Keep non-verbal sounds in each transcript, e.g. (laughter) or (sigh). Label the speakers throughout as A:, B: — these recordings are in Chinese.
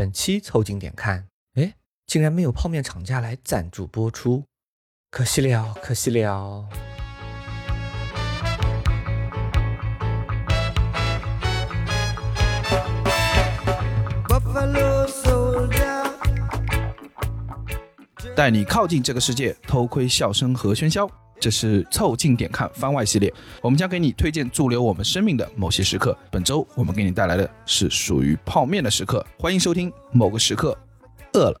A: 本期凑近点看，哎，竟然没有泡面厂家来赞助播出，可惜了，可惜了。
B: Buffalo soldier.
C: 带你靠近这个世界，偷窥笑声和喧嚣。这是凑近点看番外系列，我们将给你推荐驻留我们生命的某些时刻。本周我们给你带来的是属于泡面的时刻，欢迎收听《某个时刻饿了》，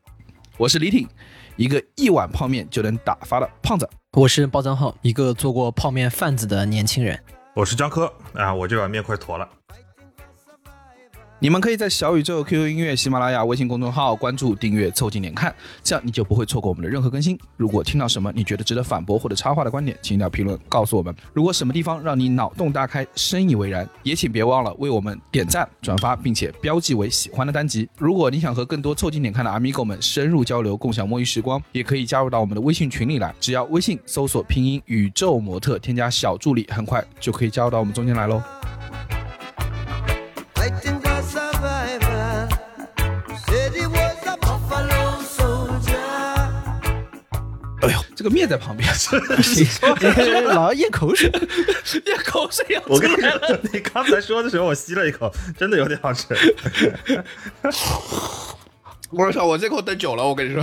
C: 我是李挺，一个一碗泡面就能打发的胖子。
D: 我是包张浩，一个做过泡面贩子的年
E: (laughs)
D: 轻人。
E: 我是江科啊，我这碗面快坨了。
C: 你们可以在小宇宙、QQ 音乐、喜马拉雅、微信公众号关注、订阅、凑近点看，这样你就不会错过我们的任何更新。如果听到什么你觉得值得反驳或者插话的观点，请一定要评论告诉我们。如果什么地方让你脑洞大开、深以为然，也请别忘了为我们点赞、转发，并且标记为喜欢的单集。如果你想和更多凑近点看的 Amigo 们深入交流、共享摸鱼时光，也可以加入到我们的微信群里来。只要微信搜索拼音宇宙模特，添加小助理，很快就可以加入到我们中间来喽。
B: Fighting for survival. Said he was a buffalo soldier.
C: 哎呦，这个面在旁边， (laughs)
E: 哎
D: 老要咽口 (laughs) 水，
C: 咽口水要
E: 我跟你说， (laughs) 你刚才说的时候，我吸了一口，真的有点好吃。
F: 我操！我这口等久了，我跟你说，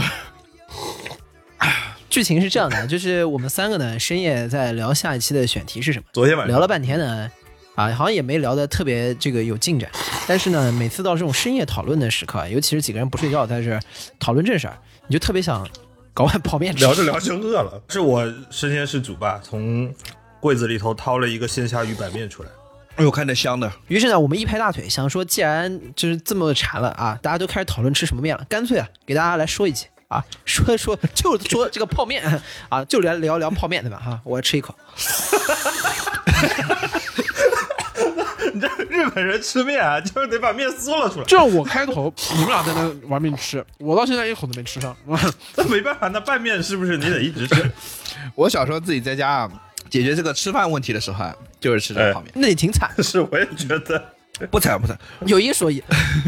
D: 剧情是这样的，就是我们三个呢深夜在聊下一期的选题是什么，
E: 昨天晚
D: 聊
E: 上
D: 了半天呢，啊，好像也没聊得特别这个有进展。但是呢，每次到这种深夜讨论的时刻啊，尤其是几个人不睡觉在这儿讨论正事儿，你就特别想搞碗泡面吃。
E: 聊着聊着饿了，是我身先士卒吧，从柜子里头掏了一个鲜虾鱼板面出来。 (laughs)
C: 哎呦，看着香的，
D: 于是呢，我们一拍大腿，想说，既然就是这么馋了啊，大家都开始讨论吃什么面了，干脆啊，给大家来说一期啊， (laughs) 说一说就说这个泡面啊，就聊聊聊泡面对吧？哈、我吃一口，
E: 你这日本人吃面啊，就是得把面嗦了出来，
G: 就是我开头，你们俩在那玩命吃，我到现在一口都没吃上。
E: 那没办法，那拌面是不是你得一直吃？
F: 我小时候自己在家啊，解决这个吃饭问题的时候啊，就是吃这个泡面。
D: 那也挺惨。
E: 是，我也觉得，
C: 不惨不惨，
D: 有一说一，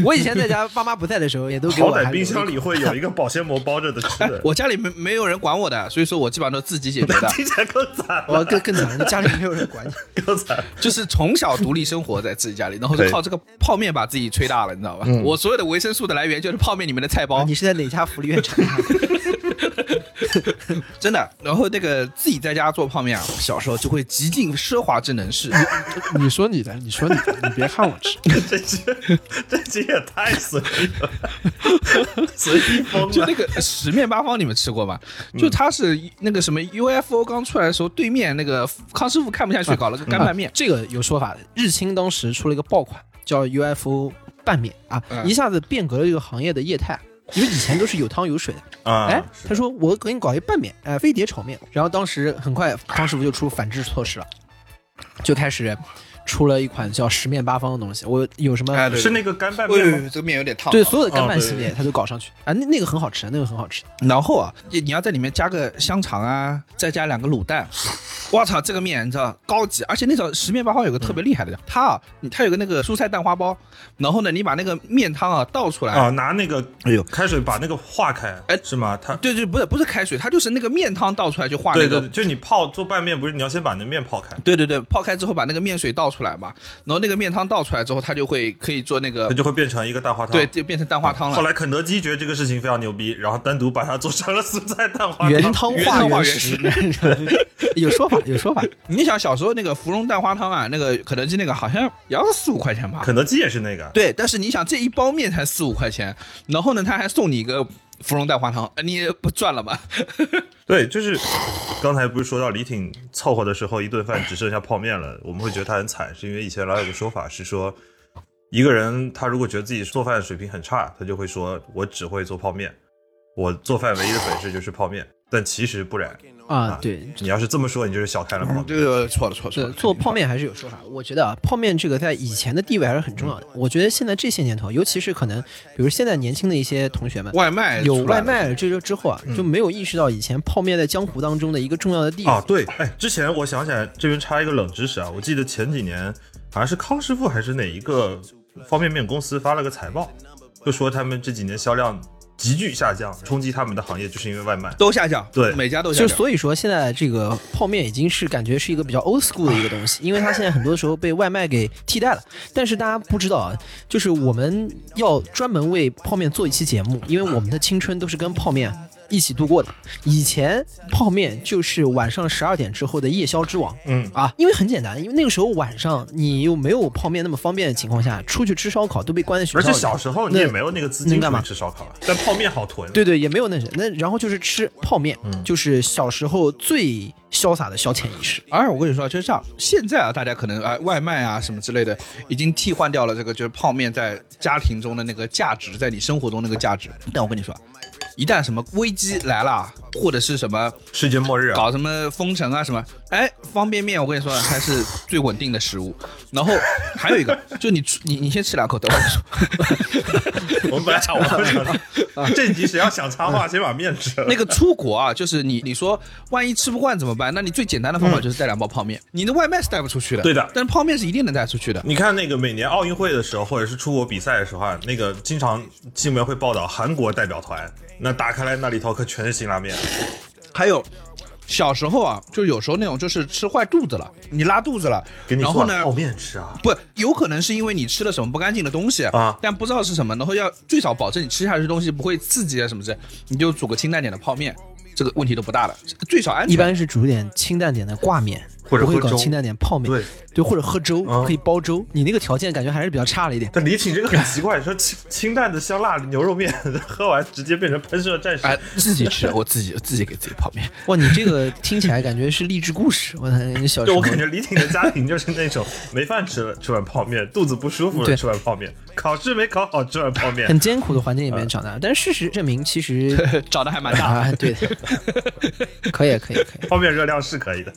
D: 我以前在家爸妈不在的时候，也都给
E: 好
D: 我
E: 歹
D: 还
E: 冰箱里会有一个保鲜膜包着的吃
C: 哎
E: 的，。，
C: (laughs) 我家里没没有人管我的，所以说 (laughs) 我基本上都自己解决的
E: 听起来更惨
D: 我
E: 了，
D: 更更惨，家里没有人管你。
E: 更惨。
C: 就是从小独立生活在自己家里，然后就
E: 对
C: 靠这个泡面把自己吹大了，你知道吧？我所有的维生素的来源就是泡面里面的菜包
D: 你，是在哪家福利院长大的？
C: 真的。然后那个自己在家做泡面啊，小时候就会极尽奢华之能事。
G: (laughs)
C: (laughs)
G: 你说你的，你说你的，你别看我吃，
E: 这期这期也太随意了，随意疯
C: 就
E: 了。
C: 那个十面八方，你们吃过吗？就它是那个什么 UFO 刚出来的时候，对面那个康师傅看不下去，搞了个干拌面。
D: 这个有说法的，日清当时出了一个爆款叫 UFO 拌面啊，
C: 嗯
D: 一下子变革了这个行业的业态。因为以前都是有汤有水的，
E: 啊
D: 哎，他说我给你搞一拌面，哎、飞碟炒面。然后当时很快，康师傅就出反制措施了，就开始出了一款叫十面八方的东西。我有什么、
C: 哎，对
E: 是那个干拌
F: 哎
E: 面
F: 呦，
E: 吗？
F: 这个面有点烫啊。
D: 对所有的干
E: 哦
D: 拌
E: 对
D: 系列，他都搞上去啊，那那个很好吃，那个很好吃。
C: 然后啊，你你要在里面加个香肠啊，再加两个卤
E: (laughs)
C: 蛋。我操，这个面你知道高级，而且那种十面八方有个特别厉害
E: 嗯
C: 的，它啊，它有个那个蔬菜蛋花包，然后呢，你把那个面汤啊倒出来，
E: 啊，拿那个
C: 哎呦
E: 开水把那个化开，
C: 哎
E: 是吗？它
C: 对对，不是不是开水，它就是那个面汤倒出来就化那
E: 对
C: 个
E: 对，对就你泡做拌面，不是你要先把那面泡开，
C: 对对对，泡开之后把那个面水倒出来嘛，然后那个面汤倒出来之后，它就会可以做那个
E: 它，就会变成一个蛋花汤。
C: 呃对，就变成蛋花汤了。
E: 后来肯德基觉得这个事情非常牛逼，然后单独把它做成了蔬菜蛋花
D: 原
E: 汤。
D: 汤
C: 原
D: 化
C: 汤化
D: 原
C: 原
D: 食， (laughs) 有说法，有说法。
C: 你想小时候那个芙蓉蛋花汤啊，那个肯德基那个好像也要四五块钱吧？
E: 肯德基也是那个，
C: 对，但是你想这一包面才四五块钱，然后呢，他还送你一个芙蓉蛋花汤，呃你不赚了吗？
E: 对，就是刚才不是说到李挺凑合的时候，一顿饭只剩下泡面了，我们会觉得他很惨，是因为以前老有个说法是说，一个人他如果觉得自己做饭水平很差，他就会说我只会做泡面，我做饭唯一的本事就是泡面，但其实不然。
D: 啊，对，
E: 你要是这么说，你就是小看了泡面。
F: (laughs) 这个错了错了错
D: 对，
F: 了。
D: 做泡面还是有说法。我觉得啊，泡面这个在以前的地位还是很重要的。我觉得现在这些年头，尤其是可能，比如现在年轻的一些同学们，
C: 外卖
D: 有
C: 出来
D: 外
C: 了，
D: 卖这之后啊，就没有意识到以前泡面在江湖当中的一个重要的地位。
E: 啊，对，哎，之前我想起来，这边插一个冷知识啊，我记得前几年好像是康师傅还是哪一个方便面公司发了个财报，就说他们这几年销量急剧下降，冲击他们的行业就是因为外卖。
C: 都下降，
E: 对
C: 每家都下
D: 就
C: 降。
D: 所以说，现在这个泡面已经是感觉是一个比较 old school 的一个东西，因为
E: 啊
D: 它现在很多时候被外卖给替代了。但是大家不知道啊，就是我们要专门为泡面做一期节目，因为我们的青春都是跟泡面一起度过的。以前泡面就是晚上十二点之后的夜宵之王，
E: 嗯
D: 啊，因为很简单，因为那个时候晚上你又没有泡面那么方便的情况下，出去吃烧烤都被关在学校
E: 而
D: 里。
E: 且小时候你也没有那个资金
D: 那干嘛
E: 去吃烧烤啊，但泡面好囤。
D: 对对，也没有那什那，然后就是吃泡面，
E: 嗯
D: 就是小时候最潇洒的消遣仪式。
C: 而我跟你说，啊就是这样。现在啊，大家可能啊、外卖啊什么之类的，已经替换掉了这个就是泡面在家庭中的那个价值，在你生活中那个价值。但我跟你说，啊一旦什么危机来了，啊或者是什么
E: 世界末日啊！
C: 搞什么封城啊什么，哎，方便面我跟你说还是最稳定的食物。然后还有
E: (laughs)
C: 一个，就你你你先吃两口，等会儿再说。
E: 我们本来想我这集谁要想插话，先把面吃了。
C: (laughs) 那个出国啊，就是你你说万一吃不惯怎么办？那你最简单的方法就是带两包泡面。你的外卖是带不出去的，
E: 嗯对的
C: 但是泡面是一定能带出去的。
E: 你看那个每年奥运会的时候，或者是出国比赛的时候啊，那个经常新闻会报道韩国代表团，那打开来那里头可全是辛拉面。
C: 还有小时候啊，就有时候那种就是吃坏肚子了，你拉肚子了，
E: 给你
C: 然
E: 做
C: 后呢
E: 泡？面吃啊！
C: 不，有可能是因为你吃了什么不干净的东西
E: 啊
C: 但不知道是什么，然后要最少保证你吃下去的东西不会刺激啊什么之类，你就煮个清淡点的泡面，这个问题都不大的，最少安全。
D: 一般是煮点清淡点的挂面，
E: 或者
D: 不会
E: 喝
D: 搞
E: 粥
D: 清淡点泡面，
E: 对
D: 或者喝粥、
E: 嗯
D: 可以煲粥。你那个条件感觉还是比较差了一点。
E: 但李挺这个很奇怪，说清清淡的香辣牛肉面， (laughs) 喝完直接变成喷射战士。
C: 哎，自己吃，我自己自己给自己泡面。
D: 哇，你这个听起来感觉是励志故事。我你小时
E: 就
D: 候
E: 我感觉李挺的家庭就是那种没饭吃了吃碗泡面，肚子不舒服了
D: 对
E: 吃碗泡面，考试没考好吃碗泡面
D: 很。艰苦的环境里
E: 嗯
D: 面长大，但是事实证明，其实
C: (laughs)
E: (laughs)
C: 长得还蛮大。
D: 啊，对的，可以，可以，可以。
E: (laughs) 泡面热量是可以的，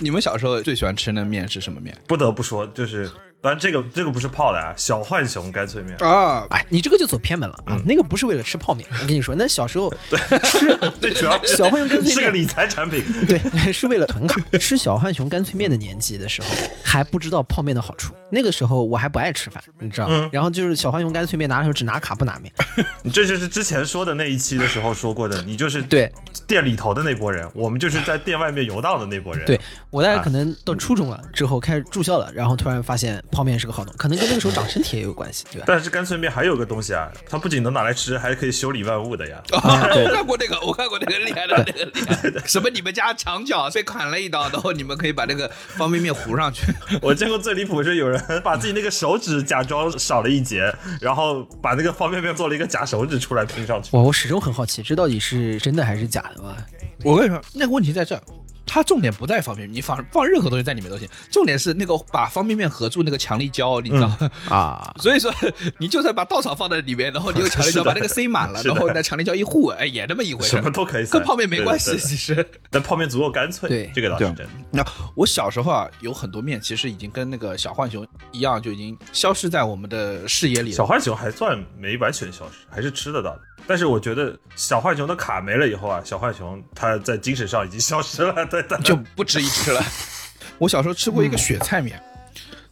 C: 你们小时候最喜欢吃的面是什么面？
E: 不得不说，就是当然这个这个不是泡的啊，小浣熊干脆面，
C: 啊，
D: 哎，你这个就走偏门了
E: 嗯
D: 啊！那个不是为了吃泡面，我跟你说，那小时候
E: (laughs) 最主要是
D: 啊小浣熊干脆面
E: 是个理财产品。
D: (laughs) 对，是为了囤卡。吃小浣熊干脆面的年纪的时候，还不知道泡面的好处。那个时候我还不爱吃饭，你知道
C: 嗯
D: 吗？然后就是小浣熊干脆面拿的时候只拿卡不拿面。
C: 哎
E: 你这就是之前说的那一期的时候说过的，你就是
D: 对
E: 店里头的那波人，我们就是在店外面游荡的那波人。
D: 对，我
C: 啊
D: 大概可能到初中了之后开始住校了，然后突然发现泡面是个好东西，可能跟那个时候长身体也有关系，对吧？
E: 但是干脆面还有个东西啊，它不仅能拿来吃，还可以修理万物的呀。 (laughs)
C: 我看过那个，我看过那个厉害的，那个厉害的，什么你们家墙角啊被砍了一刀，然后你们可以把那个方便面糊上去。
E: 我见过最离谱是有人把自己那个手指假装少了一节，然后把那个方便面做了一个假手指出来拼上去。
C: (laughs)
D: 哇，我始终很好奇，这到底是真的还是假的哇？
C: 我跟你说，那个问题在这儿，它重点不在方便面，你放放任何东西在里面都行，重点是那个把方便面合住那个强力胶，你知道吗？
E: 嗯
D: 啊，
C: (laughs) 所以说，你就算把稻草放在里面，然后你用强力胶把那个塞满了，
E: 是的
C: 然后拿强力胶一护，哎，也那么一回事
E: 什。么都可以塞，
C: 跟泡面没关
E: 对
C: 系，
E: 的对的
C: 其实。
E: 但泡面足够干脆，
D: 对
E: 这个倒是真的。
C: 那我小时候啊，有很多面其实已经跟那个小浣熊一样，就已经消失在我们的视野里了。
E: 小浣熊还算没完全消失，还是吃得到的。但是我觉得小浣熊的卡没了以后啊，小浣熊它在精神上已经消失了，对的。
C: 就不值一提了。 (laughs) 我小时候吃过一个雪菜面，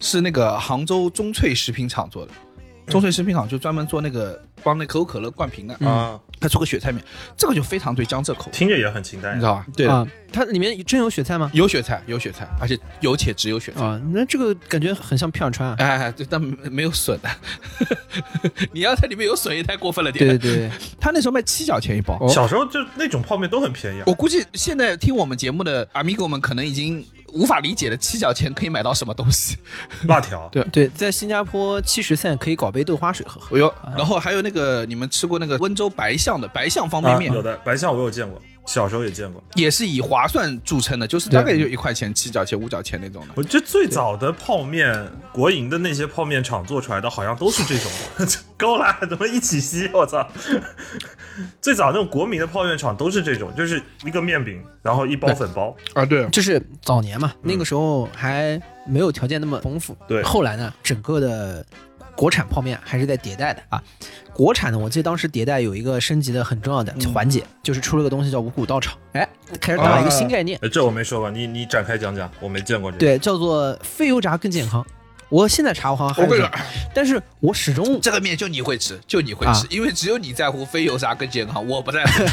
C: 是那个杭州中翠食品厂做的。中翠食品厂就专门做那个帮那可口可乐灌瓶的
E: 嗯
C: 啊，他做个雪菜面，这个就非常对江浙口味，
E: 听着也很清淡
C: 你
E: 呀
C: 知。道吧？对的
D: 啊，它里面真有雪菜吗？
C: 有雪菜，有雪菜，而且有且只有雪菜。
D: 啊，那这个感觉很像平壤川啊。
C: 哎，对，但没有笋的， (laughs) 你要在里面有笋也太过分了点。
D: 对对对，
C: 他那时候卖七角钱一包，
E: 小时候就那种泡面都很便宜啊，
C: 我估计现在听我们节目的阿米哥们可能已经无法理解了，七角钱可以买到什么东西。
E: 辣条。
C: 对
D: 对，在新加坡七十 c 可以搞杯豆花水喝喝。
C: 哎呦，
E: 啊
C: 然后还有那个你们吃过那个温州白象的白象方便
E: 啊，
C: 面，
E: 有的白象我有见过，小时候也见过。
C: 也是以划算著称的，就是大概就一块钱、七角钱、五角钱那种的。
E: 我觉得最早的泡面，国营的那些泡面厂做出来的，好像都是这 (laughs) 种，够了，怎么一起吸？我操！ (laughs) 最早那种国民的泡面厂都是这种，就是一个面饼，然后一包粉包，
C: 啊，对，
D: 就是早年
C: 嗯
D: 嘛，那个时候还没有条件那么丰富。
E: 对
D: 后来呢，整个的国产泡面还是在迭代的啊。国产的，我记得当时迭代有一个升级的很重要的
C: 嗯
D: 环节，就是出了个东西叫五谷道场，哎，开始打一个
E: 哎
D: 新概念，
E: 呃这我没说吧？你你展开讲讲，我没见过这个。
D: 对，叫做非油炸更健康。我现在查我好像还
C: 我跟你
D: 有
C: 说，，
E: 啊
D: 但是我始终
C: (laughs) 这个面就你会吃，就你会吃，
D: 啊
C: 因为只有你在乎非油炸跟健康，我不在乎。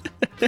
E: (laughs)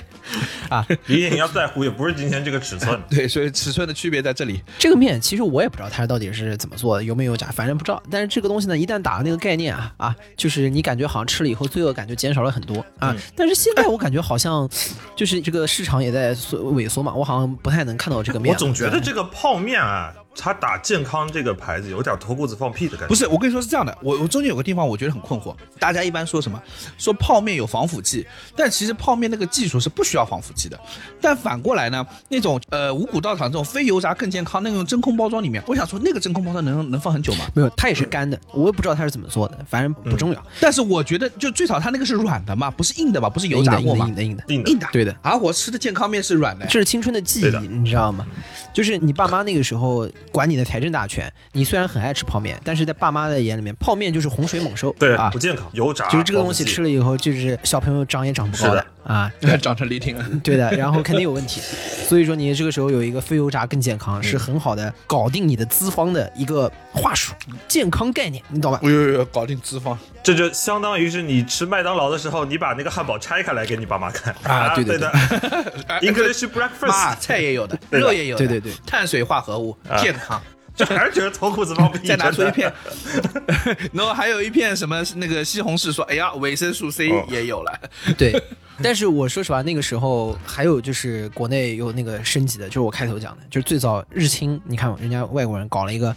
E: 李挺要在乎也不是今天这个
D: (laughs)
E: 尺寸，
C: 对，所以尺寸的区别在这里。
D: 这个面其实我也不知道它到底是怎么做的，有没有油炸，反正不知道。但是这个东西呢，一旦打了那个概念啊啊，就是你感觉好像吃了以后罪恶感就减少了很多啊。但是现在我感觉好像就是这个市场也在缩萎缩嘛，我好像不太能看到 (laughs) 这个面
E: 我
D: 了。
E: 总觉得
D: 对
E: 这个泡面啊，它打健康这个牌子有点脱裤子放屁的感觉。
C: 不是，我跟你说是这样的，我我中间有个地方我觉得很困惑，大家一般说什么说泡面有防腐剂，但其实泡面那个技术是不需要防腐剂的。但反过来呢，那种呃五谷道场这种非油炸更健康那种真空包装里面，我想说那个真空包装能能放很久吗？
D: 没有，它也是干的，我也不知道它是怎么做的，反正不重要。
C: 但是我觉得就最少它那个是软的嘛，不是硬的嘛，不是油
D: 硬
C: 炸
D: 的，硬
C: 过
D: 的，
C: 嘛，
D: 硬的，硬的。
E: 定的
C: 硬的。
D: 对的，
C: 啊，我吃的健康面是软的，
D: 这是青春的记
E: 对的
D: 忆，你知道吗？就是你爸妈那个时候管你的财政大权，你虽然很爱吃泡面，但是在爸妈的眼里面，泡面就是洪水猛兽，
E: 对，
D: 啊
E: 不，健康，油炸
D: 就是这个东西吃
E: 了，
D: 了以后，就是小朋友长也长不高
E: 是
D: 的
E: 的
D: 啊，
C: 长成李 (laughs) 挺了。
D: 对的，然后肯定有问题。所以说你这个时候有一个非油炸更健康，是很好的搞定你的资方的一个话术，健康概念，你懂吧？ (laughs)
C: 哎呦呦呦，搞定脂肪
E: 这就相当于是你吃麦当劳的时候，你把那个汉堡拆开来给你爸妈看
C: 啊对
E: 对
C: 对哎
E: 的，English
C: (laughs)
E: breakfast，
C: 妈菜
E: (laughs)
C: 也有的，
E: 对的
C: 肉也有的，
D: 对对对，
C: 碳水化合物
E: 啊
C: 健康。
E: 这还是觉得脱
C: (laughs)
E: 裤子放屁。
C: 再拿出一
E: 真
C: 片
E: 的，
C: 然后还有一片什么那个西红柿说，哎呀，维生素 C
E: 哦
C: 也有了，
D: 对。但是我说实话，那个时候还有就是国内有那个升级的，就是我开头讲的，就是最早日清，你看人家外国人搞了一个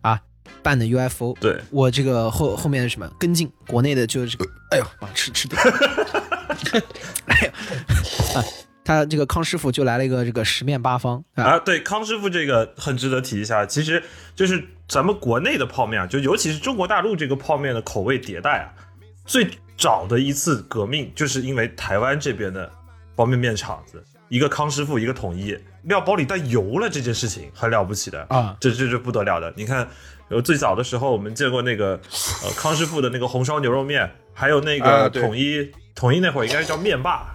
D: 啊办的 UFO，
E: 对，
D: 我这个后后面是什么跟进国内的就是，
E: 呃
D: 哎呦，妈吃吃掉， (laughs) 哎呦，啊，他这个康师傅就来了一个这个十面八方啊，
E: 啊，对，康师傅这个很值得提一下。其实就是咱们国内的泡面啊，就尤其是中国大陆这个泡面的口味迭代啊，最早的一次革命，就是因为台湾这边的方便面厂子，一个康师傅，一个统一，料包里带油了这件事情很了不起的
D: 啊，
E: 这这这不得了的。你看，呃，最早的时候我们见过那个呃康师傅的那个红烧牛肉面，还有那
C: 啊
E: 个
C: 对
E: 统一，统一那会儿应该是叫面霸，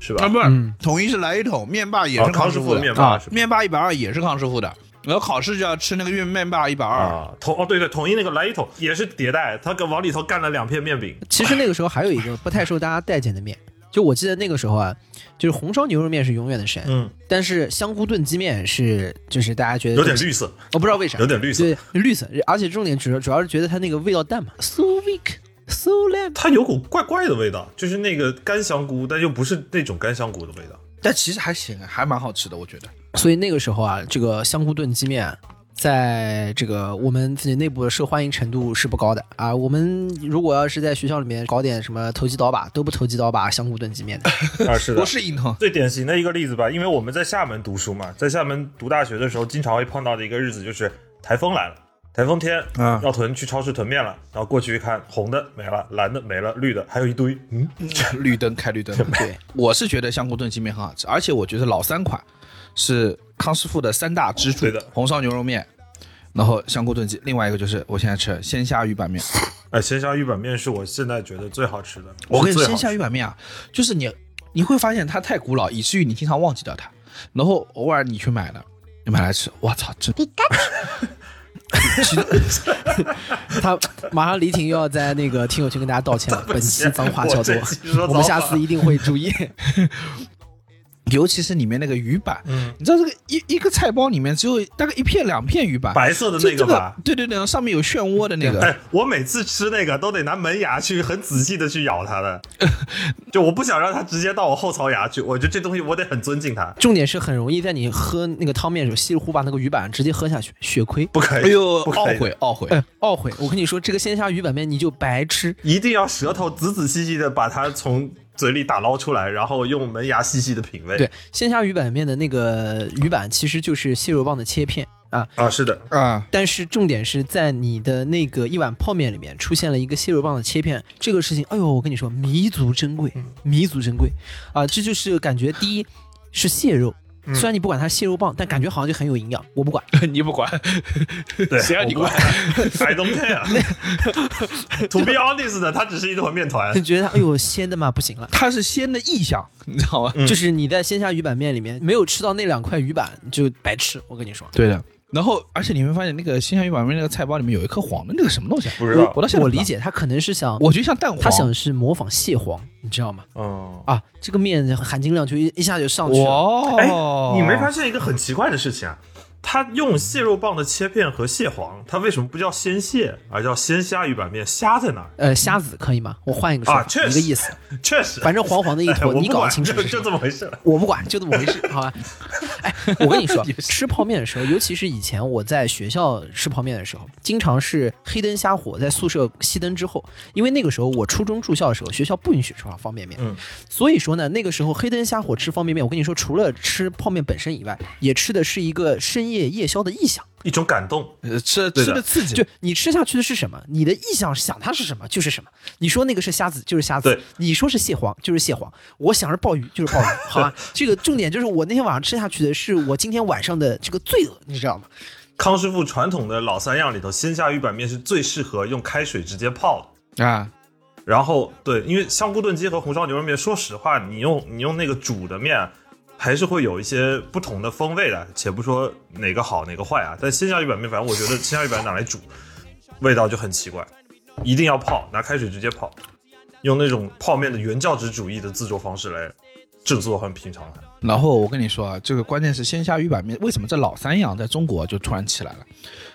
E: 是吧？
C: 啊不是，统一是来一桶面霸也
E: 哦
C: 是
E: 康
C: 师
E: 师
C: 傅
E: 傅
C: 的
E: 的面霸
C: 啊
E: 是吧
C: 面霸一百二也是康师傅的，然后考试就要吃那个面面霸一百二，
E: 啊，统哦对对，统一那个来一桶也是迭代，他跟往里头干了两片面饼，
D: 其实那个时候还有一个不太受大家待见的面，就我记得那个时候啊，就是红烧牛肉面是永远的神，
E: 嗯，
D: 但是香菇炖鸡面是就是大家觉得
E: 有点，绿色，
D: 我不知道为啥
E: 有点绿色，
D: 对绿色，而且重点主要主要是觉得它那个味道淡嘛，so weak so lamb，
E: 它有股怪怪的味道，就是那个干香菇，但又不是那种干香菇的味道。
D: (laughs)
C: 但其实还行，还蛮好吃的，我觉得。
D: 所以那个时候啊，这个香菇炖鸡面。在这个我们自己内部的受欢迎程度是不高的啊。我们如果要是在学校里面搞点什么投机倒把，都不投机倒把香菇炖鸡面的。
E: 啊，是
C: 我是硬桶，
E: 最典型的一个例子吧，因为我们在厦门读书嘛，在厦门读大学的时候，经常会碰到的一个日子就是台风来了，台风天，
C: 啊
E: 要囤去超市囤面了，然后过去一看，红的没了，蓝的没了，绿的还有一堆，嗯，
C: 绿灯开绿灯。
D: 对，
C: (laughs) 我是觉得香菇炖鸡面很好吃，而且我觉得老三款是康师傅的三大支柱
E: 对的，
C: 红烧牛肉面，然后香菇炖鸡，另外一个就是我现在吃的鲜虾鱼板面。
E: 哎，鲜虾鱼板面是我现在觉得最好吃的，
C: 我跟你
E: 是
C: 说，
E: 最
C: 鲜
E: 好吃
C: 虾
E: 的
C: 鱼板面啊，就是你你会发现它太古老，以至于你经常忘记掉它，然后偶尔你去买了，你买来吃，我操，真
D: 他马上李挺又要在那个听友群跟大家道歉了，本期脏话较多
E: (laughs) 我这期说，
D: 我们
E: 脏
D: 下
E: 话
D: 次一定会注意。
C: 尤其是里面那个鱼板，
E: 嗯
C: 你知道这个一一个菜包里面只有大概一片两片鱼板，
E: (laughs) 白色的
C: 就
E: 那
C: 这
E: 个吧。
C: 对对对，上面有漩涡的那个，
E: 哎，我每次吃那个都得拿门牙去很仔细的去咬它
C: (laughs)
E: 的，就我不想让它直接到我后槽牙去。我觉得这东西我得很尊敬它，
D: 重点是很容易在你喝那个汤面的时候，稀里糊把那个鱼板直接喝下去，血亏。
E: 不可以，
C: 哎呦，
E: 不可以
C: 懊悔懊悔，
D: 哎，懊悔！我跟你说，这个鲜虾鱼板面你就白吃。
E: 一定要舌头仔仔细细的把它从嘴里打捞出来，然后用门牙细细的品味。
D: 对，鲜虾鱼板面的那个鱼板其实就是蟹肉棒的切片啊，
E: 啊，是的， (laughs)
C: 啊，
D: 但是重点是在你的那个一碗泡面里面出现了一个蟹肉棒的切片，这个事情，哎呦，我跟你说，弥足珍贵，
C: 嗯
D: 弥足珍贵啊！这就是感觉，第一是蟹肉，
C: 嗯
D: 虽然你不管它蟹肉棒，但感觉好像就很有营养。我不管，
C: 你不管，
E: 对，
C: 谁让你管
E: (laughs) ？I don't care 。To be honest，它只是一坨
C: (laughs)
E: 面团
D: 就。觉得它哎呦鲜的嘛不行了。
C: 它是鲜的意象，你知道吗？
E: 嗯
D: 就是你在鲜虾鱼板面里面没有吃到那两块鱼板就白吃，我跟你说。
C: 对的，然后，而且你会发现那个鲜香鱼板面那个菜包里面有一颗黄的那个什么东西啊，
E: 不知道
C: 我到现在
D: 我
C: 不知道
D: 理，解他可能是想，
C: 我觉得像蛋黄，
D: 他想是模仿蟹黄，你知道吗？
E: 嗯，
D: 啊，这个面含金量就一一下就上去了。
E: 哎
D: 哦
C: 哇，，
E: 你没发现一个很奇怪的事情啊？他用蟹肉棒的切片和蟹黄，他为什么不叫鲜蟹，而叫鲜虾鱼板面？虾在哪儿？
D: 呃，虾子可以吗？我换一个说法，
E: 啊确实
D: 一个意思，
E: 确 (laughs) 实，
D: 反正黄黄的一
E: 哎
D: 坨，
E: 我
D: 你
E: 不
D: 搞
E: 管，
D: 得清楚
E: (laughs) 就是
D: 什
E: 就
D: 么
E: 这么回事了。
D: 我不管，就这么回事，好吧？哎，我跟你
E: (laughs)
D: 说，吃泡面的时候，尤其是以前我在学校吃泡面的时候，经常是黑灯瞎火，在宿舍熄灯之后，因为那个时候我初中住校的时候，学校不允许吃方便面，
E: 嗯
D: 所以说呢，那个时候黑灯瞎火吃方便面，我跟你说，除了吃泡面本身以外，也吃的是一个深夜夜宵的意象。
E: 一种感动，
C: 呃吃
E: 对
C: 吃
E: 的
C: 的刺激，
D: 就你吃下去的是什么，你的意向想它是什么就是什么。你说那个是虾子就是虾子
E: 对，
D: 你说是蟹黄就是蟹黄，我想是鲍鱼就是鲍鱼， (laughs) 好吧？这个重点就是我那天晚上吃下去的是我今天晚上的这个罪恶，你知道吗？
E: 康师傅传统的老三样里头，鲜虾鱼板面是最适合用开水直接泡的。
C: 啊，
E: 然后对，因为香菇炖鸡和红烧牛肉面，说实话，你用你用那个煮的面，还是会有一些不同的风味的。且不说哪个好哪个坏啊，但鲜虾鱼板面，反正我觉得鲜虾鱼板拿来煮，味道就很奇怪，一定要泡，拿开水直接泡，用那种泡面的原教旨主义的制作方式来制作很平常的。
C: 然后我跟你说啊，这个关键是鲜虾鱼板面，为什么这老三样在中国就突然起来了？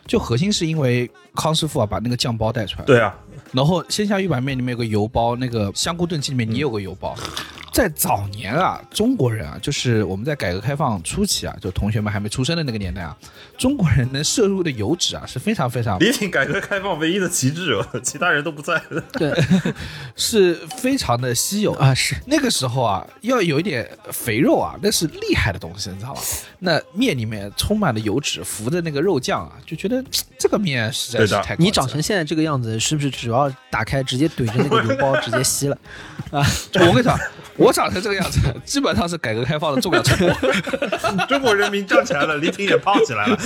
C: 就核心是因为康师傅啊把那个酱包带出来，，
E: 对啊，
C: 然后鲜虾鱼板面里面有个油包，那个香菇炖鸡里面也有个油包。在早年啊，中国人啊，就是我们在改革开放初期啊，就同学们还没出生的那个年代啊，中国人能摄入的油脂啊是非常非常
E: 李挺改革开放唯一的旗帜，其他人都不在。
D: 对
C: 是非常的稀有
D: 啊，是
C: 那个时候啊，要有一点肥肉啊，那是厉害的东西，你知道吧？那面里面充满了油脂，浮着那个肉酱啊，就觉得嘖这个面实在
E: 对
C: 是
E: 的
C: 太高级了
D: 你长成现在这个样子，是不是只要打开直接怼着 (laughs) 那个油包直接吸了？
C: 我跟你讲，我长成这个样子，基本上是改革开放的重要成果。
E: 中国人民站起来了，李挺也胖起来了。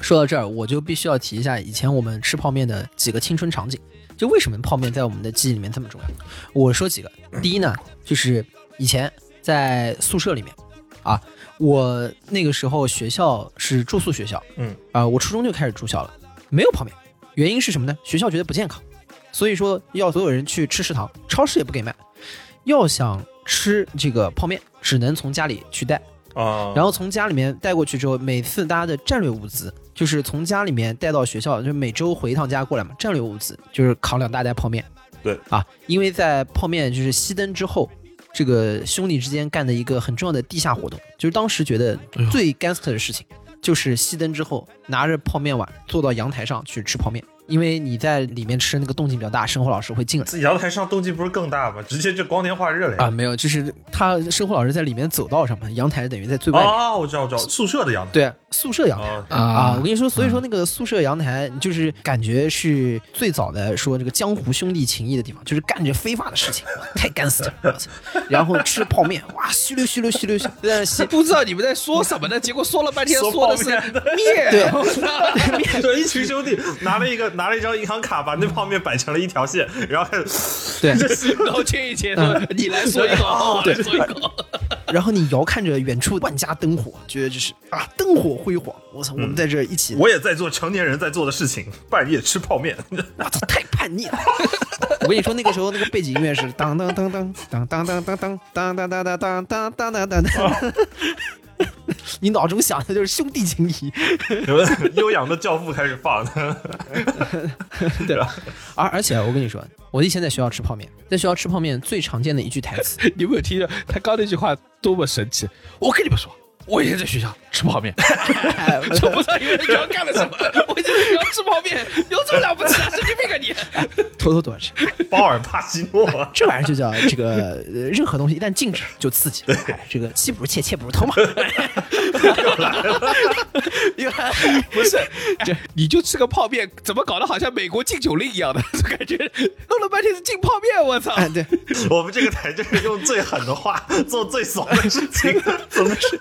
D: 说到这儿，我就必须要提一下以前我们吃泡面的几个青春场景。就为什么泡面在我们的记忆里面这么重要？我说几个，第一呢，就是以前在宿舍里面，啊，我那个时候学校是住宿学校，
E: 嗯，
D: 啊、我初中就开始住校了，没有泡面，原因是什么呢？学校觉得不健康，所以说要所有人去吃食堂，超市也不给卖，要想吃这个泡面，只能从家里去带。
E: 啊、
D: 然后从家里面带过去之后，每次大家的战略物资就是从家里面带到学校，就是每周回一趟家过来嘛。战略物资就是扛两大袋泡面。
E: 对
D: 啊，因为在泡面就是熄灯之后，这个兄弟之间干的一个很重要的地下活动，就是当时觉得最 gangster 的事情，就是熄灯之后拿着泡面碗坐到阳台上去吃泡面，因为你在里面吃那个动静比较大，生活老师会进来。
E: (laughs) 自己阳台上动静不是更大吗？直接就光天化日了呀。
D: 啊，没有，就是他生活老师在里面走道上嘛，阳台等于在最外面。
E: 哦，我知道，我知道，宿舍的阳台。
D: 对，宿舍阳台。
E: 啊，
D: 啊，
C: 啊。
D: 我跟你说，所以说那个宿舍阳台就是感觉是最早的说这个江湖兄弟情谊的地方，就是干着非法的事情， (laughs) 哇太干死了 (laughs) 我操。然后吃泡面，哇，吸溜吸溜吸溜吸，在那吸
C: (laughs) 不知道你们在说什么呢？结果说了半天，
E: 说
C: 说的是
E: 泡面
C: 面。
D: 对 (laughs)
E: (laughs) 对，一群兄弟拿了一个拿了一张银行卡，把那泡面摆成了一条线，然后开始
D: (laughs) 对，
C: 然后切一切，说
E: 嗯
C: 你来说一哦口，我来说一口。
D: 然后你遥看着远处万家灯火，觉得这是啊灯火辉煌，我操，我们在这一起，
E: 我也在做成年人在做的事情，半夜吃泡面。 (laughs)
D: 我操，太叛逆了！ (laughs) 我跟你说，那个时候那个背景音乐是当当当当当当当当当当当当当当当当当当当， (laughs) 你脑中想的就是兄弟情谊。
E: 悠扬的教父开始放，对吧？
D: 而而且我跟你说，我以前在学校吃泡面，在学校吃泡面最常见的一句台词， (laughs)
C: (laughs) 你有没有听到他刚那句话多么神奇？我跟你们说，我以前在学校吃泡面， (laughs) 就不知道你们学校干了什么。 (laughs) 我以前在学校吃泡面，有什么了不起啊？神经病啊你！ (laughs)
D: 偷偷躲着，
E: 鲍尔帕西诺， (laughs)
D: 这玩意儿就叫这个呃任何东西一旦禁止就刺激，哎这个妻不如妾，妾不如偷嘛。 (laughs) 又来 (laughs) 了，
C: 不是，这你就吃个泡面，怎么搞得好像美国禁酒令一样的？ (laughs) 就感觉弄了半天是禁泡面，我操！
D: 哎对，
E: 我们这个台就是用最狠的话做最怂的事情，怎么是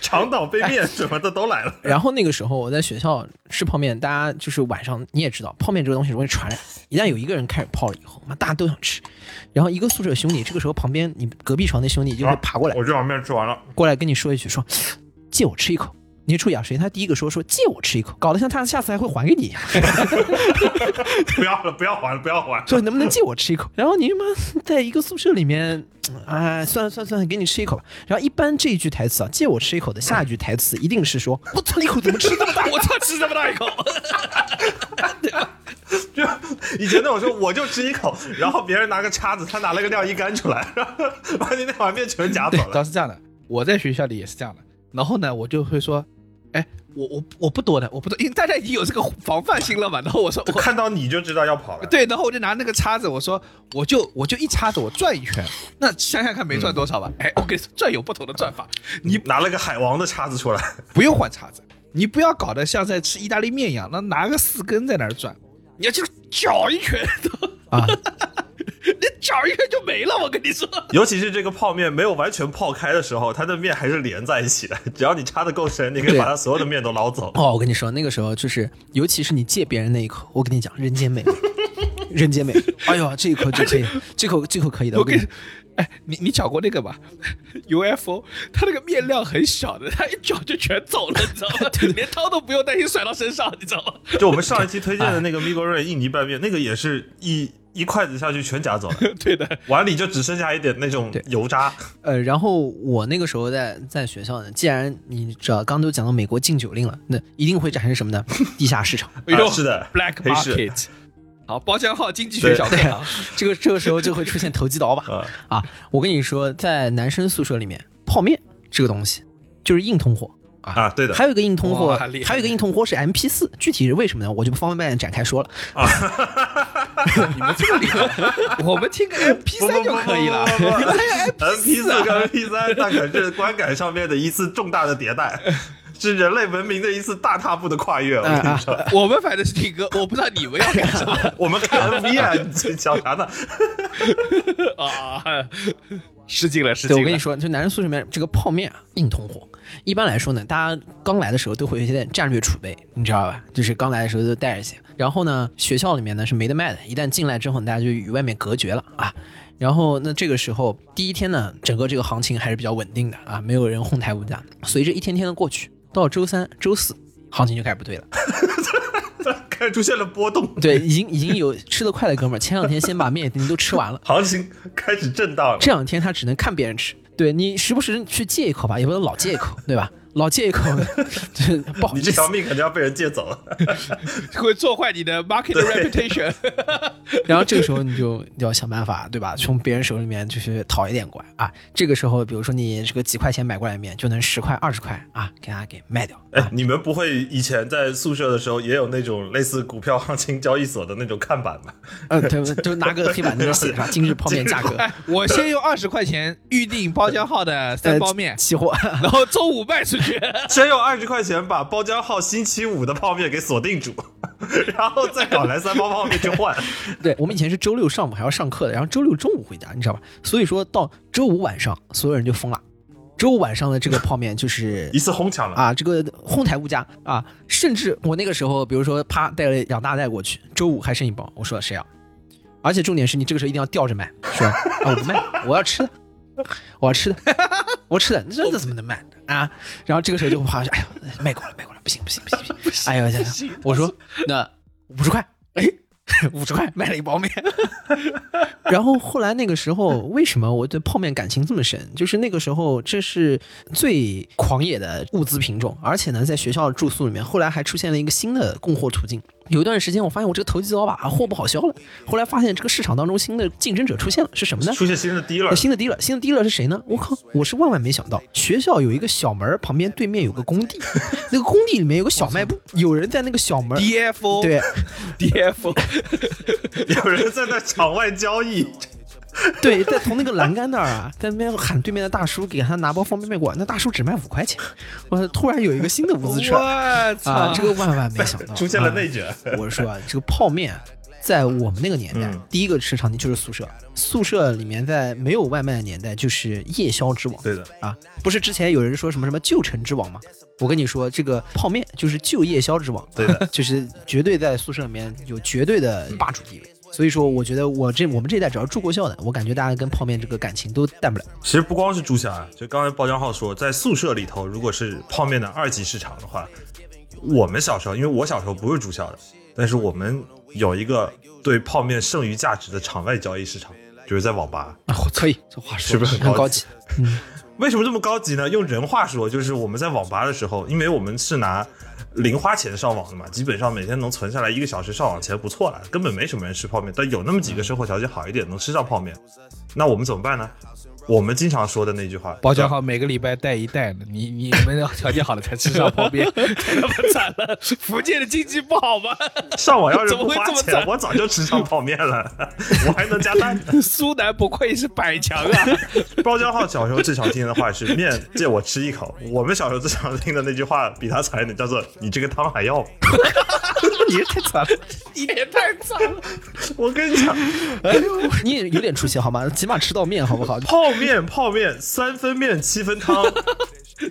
E: 长岛杯面什么的都来了。 (laughs)
D: 然后那个时候我在学校吃泡面，大家就是晚上你也知道，泡面这个东西容易传染，一旦有一个人开始泡了以后，妈大家都想吃。然后一个
C: 啊
D: 宿舍兄弟，这个时候旁边你隔壁床那兄弟就会爬过来，
E: 我这碗面吃完了，
D: 过来跟你说一句说，借我吃一口。你注意啊，首先他第一个说说借我吃一口，搞得像他下次还会还给你一样，
E: 不要了，不要还了，不要还了。
D: 说能不能借我吃一口？然后你他妈在一个宿舍里面，哎，算了算了算了，给你吃一口吧。然后一般这一句台词啊，借我吃一口的下一句台词一定是说，我操，你口怎么吃这么大？
C: 我操，吃这么大一口，
E: 就以前那种说我就吃一口，然后别人拿个叉子，他拿了个晾衣杆出来，然后把你那碗面全夹走
C: 对，
E: 了。
C: 当时这样的，我在学校里也是这样的。然后呢，我就会说，哎，我我我不多的，我不多，因为大家已经有这个防范心了嘛。然后我说，我
E: 看到你就知道要跑了。
C: 对，然后我就拿那个叉子，我说我就我就一叉子我转一圈，那想想看没赚多少吧？哎，我跟你说，转有不同的转法，你
E: 拿了个海王的叉子出来， (laughs)
C: 不用换叉子，你不要搞得像在吃意大利面一样，那拿个四根在那儿转，你要去搅一圈
D: 啊，
C: (laughs) 你搅一圈就没了。我跟你说，
E: 尤其是这个泡面没有完全泡开的时候，它的面还是连在一起的。只要你叉的够深，你可以把它所有的面都
C: (laughs)
E: 捞走。
D: 哦，我跟你说，那个时候就是，尤其是你借别人那一口，我跟你讲，人间美味，人间美味。 (laughs) 哎呦，这一口就可以，这口这口可以的。
C: 我
D: 我
C: 跟
D: 跟
C: 你
D: 你，
C: 哎，你你搅过那个吧？UFO，它那个面量很小的，它一搅就全走了，你知道 (laughs) 吗？连汤都不用担心甩到身上，你知道吗？
E: 就我们上一期推荐的那个米国瑞印尼拌面，那个也是一一筷子下去全夹走了，
C: 对的，
E: 碗里就只剩下一点那种油渣。
D: 呃，然后我那个时候在在学校呢，既然你知道刚都讲到美国禁酒令了，那一定会产生什么呢？地下市场。
C: 哎呦
E: 啊是的
C: ，Black
E: 黑市
C: Market。好，包浆号经济学小课堂， (laughs)
D: 这个这个时候就会出现投机倒把
E: 啊
D: 啊！我跟你说，在男生宿舍里面，泡面这个东西就是硬通货。
E: 啊，对的
D: 还有一个硬通货
C: 哇厉，害
D: 还有一个硬通货是 MP 四，具体是为什么呢？我就不方便展开说了。
C: 你们这么厉害，我们听个
E: (laughs)
C: MP 三就可以了。你们还有
E: ，M P 四跟 M P 三，那可是观感上面的一次重大的迭代， (laughs) 是人类文明的一次大踏步的跨越。我跟你说，
C: MP，我们反正是听歌，我不知道你们要干 (laughs) 什么
E: 我们看 M V 啊，你这小啥呢？
C: 啊。失敬了，失
D: 对，
C: 敬了。
D: 我跟你说，就男人宿舍里面这个泡面啊，硬通货。一般来说呢，大家刚来的时候都会有一些战略储备，你知道吧？就是刚来的时候都带着些。然后呢，学校里面呢是没得卖的，一旦进来之后呢，大家就与外面隔绝了啊。然后那这个时候第一天呢，整个这个行情还是比较稳定的啊，没有人哄抬物价。随着一天天的过去，到周三、周四，行情就开始不对了。
E: (laughs)
D: (laughs)
E: 开始出现了波动，
D: 对，已经已经有吃得快的哥们儿，前两天先把面已经都吃完了，
E: 行情开始震荡了。
D: 这两天他只能看别人吃。对你时不时去借一口吧，也不能老借一 (laughs) 口，对吧？老借一 (laughs) 口，这不好
E: 你
D: 意
E: 这
D: 思。
E: 条命肯定要被人借走了。
C: 会做坏你的 market reputation。
D: 然后这个时候你就要想办法，对吧？从别人手里面就是讨一点过来啊。这个时候，比如说你这个几块钱买过来的面，就能十块、二十块啊，给他给卖掉。
E: 哎，你们不会以前在宿舍的时候也有那种类似股票行情交易所的那种看板吗？ (laughs)
D: 呃，对，就拿个黑板在那写 (laughs) 上今日泡面价格，
C: 哎， (laughs) 我先用二十块钱预定包浆号的
D: 呃
C: 三包 (laughs) 面，
D: 期货。
C: 然后周五卖出去。
E: 先用二十块钱把包浆号星期五的泡面给锁定住， (laughs) 然后再搞来三包泡面去换。
D: (laughs) 对，我们以前是周六上午还要上课的，然后周六中午回家，你知道吧？所以说到周五晚上，所有人就疯了。周五晚上的这个泡面就是
E: 一次哄抢了，
D: 啊，这个哄抬物价啊，甚至我那个时候，比如说啪带了两大袋过去，周五还剩一包，我说谁要？而且重点是你这个时候一定要吊着卖，说啊我不卖，我要吃的，我要吃的， (laughs) 我吃的，那这怎么能卖啊？然后这个时候就会啪，哎呀，卖过了，卖过了，不行不行不行 (laughs) 不行，哎呀，我说那五十块，哎。 (laughs) 五十块买了一 (laughs) 包面，然后后来那个时候，为什么我对泡面感情这么深？就是那个时候，这是最狂野的物资品种，而且呢，在学校住宿里面，后来还出现了一个新的供货途径。有一段时间，我发现我这个投机倒把啊货不好销了，后来发现这个市场当中新的竞争者出现了，是什么呢？
E: 出现新的低
D: (laughs)
E: 了
D: 呃。新的 dealer，新的 dealer 是谁呢？我靠，我是万万没想到，学校有一个小门儿旁边对面有个工地， (laughs) 那个工地里面有个小卖部，有人在那个小门儿
C: DFO
D: 对
C: DFO
E: 有人在那场外交易，
D: 对，在从那个栏杆那儿啊，在那边喊对面的大叔给他拿包方便面过来，那大叔只卖五块钱，我突然有一个新的物资出来
C: 我
D: 啊
C: 操，，
D: 这个万万没想到
E: (laughs) 出现了
D: 啊
E: 内卷。
D: 我说啊，这个泡面，在我们那个年代，
E: 嗯
D: 第一个吃场景就是宿舍。宿舍里面在没有外卖的年代，就是夜宵之王。
E: 对的
D: 啊，不是之前有人说什么什么旧城之王吗？我跟你说，这个泡 (laughs) 面就是旧夜宵之王，
E: 对的，
D: 嗯就是绝对在宿舍里面有绝对的霸主地位。所以说，我觉得我这我们这一代只要住过校的，我感觉大家跟泡面这个感情都淡不了。
E: 其实不光是住校啊，就刚才包江浩说，在宿舍里头，如果是泡面的二级市场的话，我们小时候，因为我小时候不是住校的，但是我们有一个对泡面剩余价值的场外交易市场，就是在网吧。
D: 啊，可以，这话
E: 是
D: 说
E: 不
D: 的
E: 是很
D: 很
E: 高
D: 高
E: 级
D: (laughs) 级？
E: 为什么这么高级呢？用人话说，就是我们在网吧的时候，因为我们是拿零花钱上网的嘛，基本上每天能存下来一个小时上网钱不错了，根本没什么人吃泡面。但有那么几个生活条件好一点能吃上泡面，那我们怎么办呢？我们经常说的那句话，
C: 包浆好每个礼拜带一袋呢，你你们要条件好了才吃上泡 (laughs) 面，太他妈惨了！福建的经济不好吗？ (laughs)
E: 上网要是
C: 怎
E: 不
C: 么会
E: 花
C: 这么
E: 钱，
C: 惨
E: 我早就吃上泡面了，我还能加蛋。
C: 苏南不愧是百强 (laughs) 啊！
E: 包浆浩小时候最常听的话是“面借我吃一口”，我们小时候最常听的那句话比他惨一点，叫做“你这个汤还要吗
C: 你也太惨了，你也太惨了！”。
E: 我跟你讲，
D: 你也有点出息好吗？ (laughs) 起码吃到面好不好？
E: 泡面泡面三分面七分 (laughs) 汤，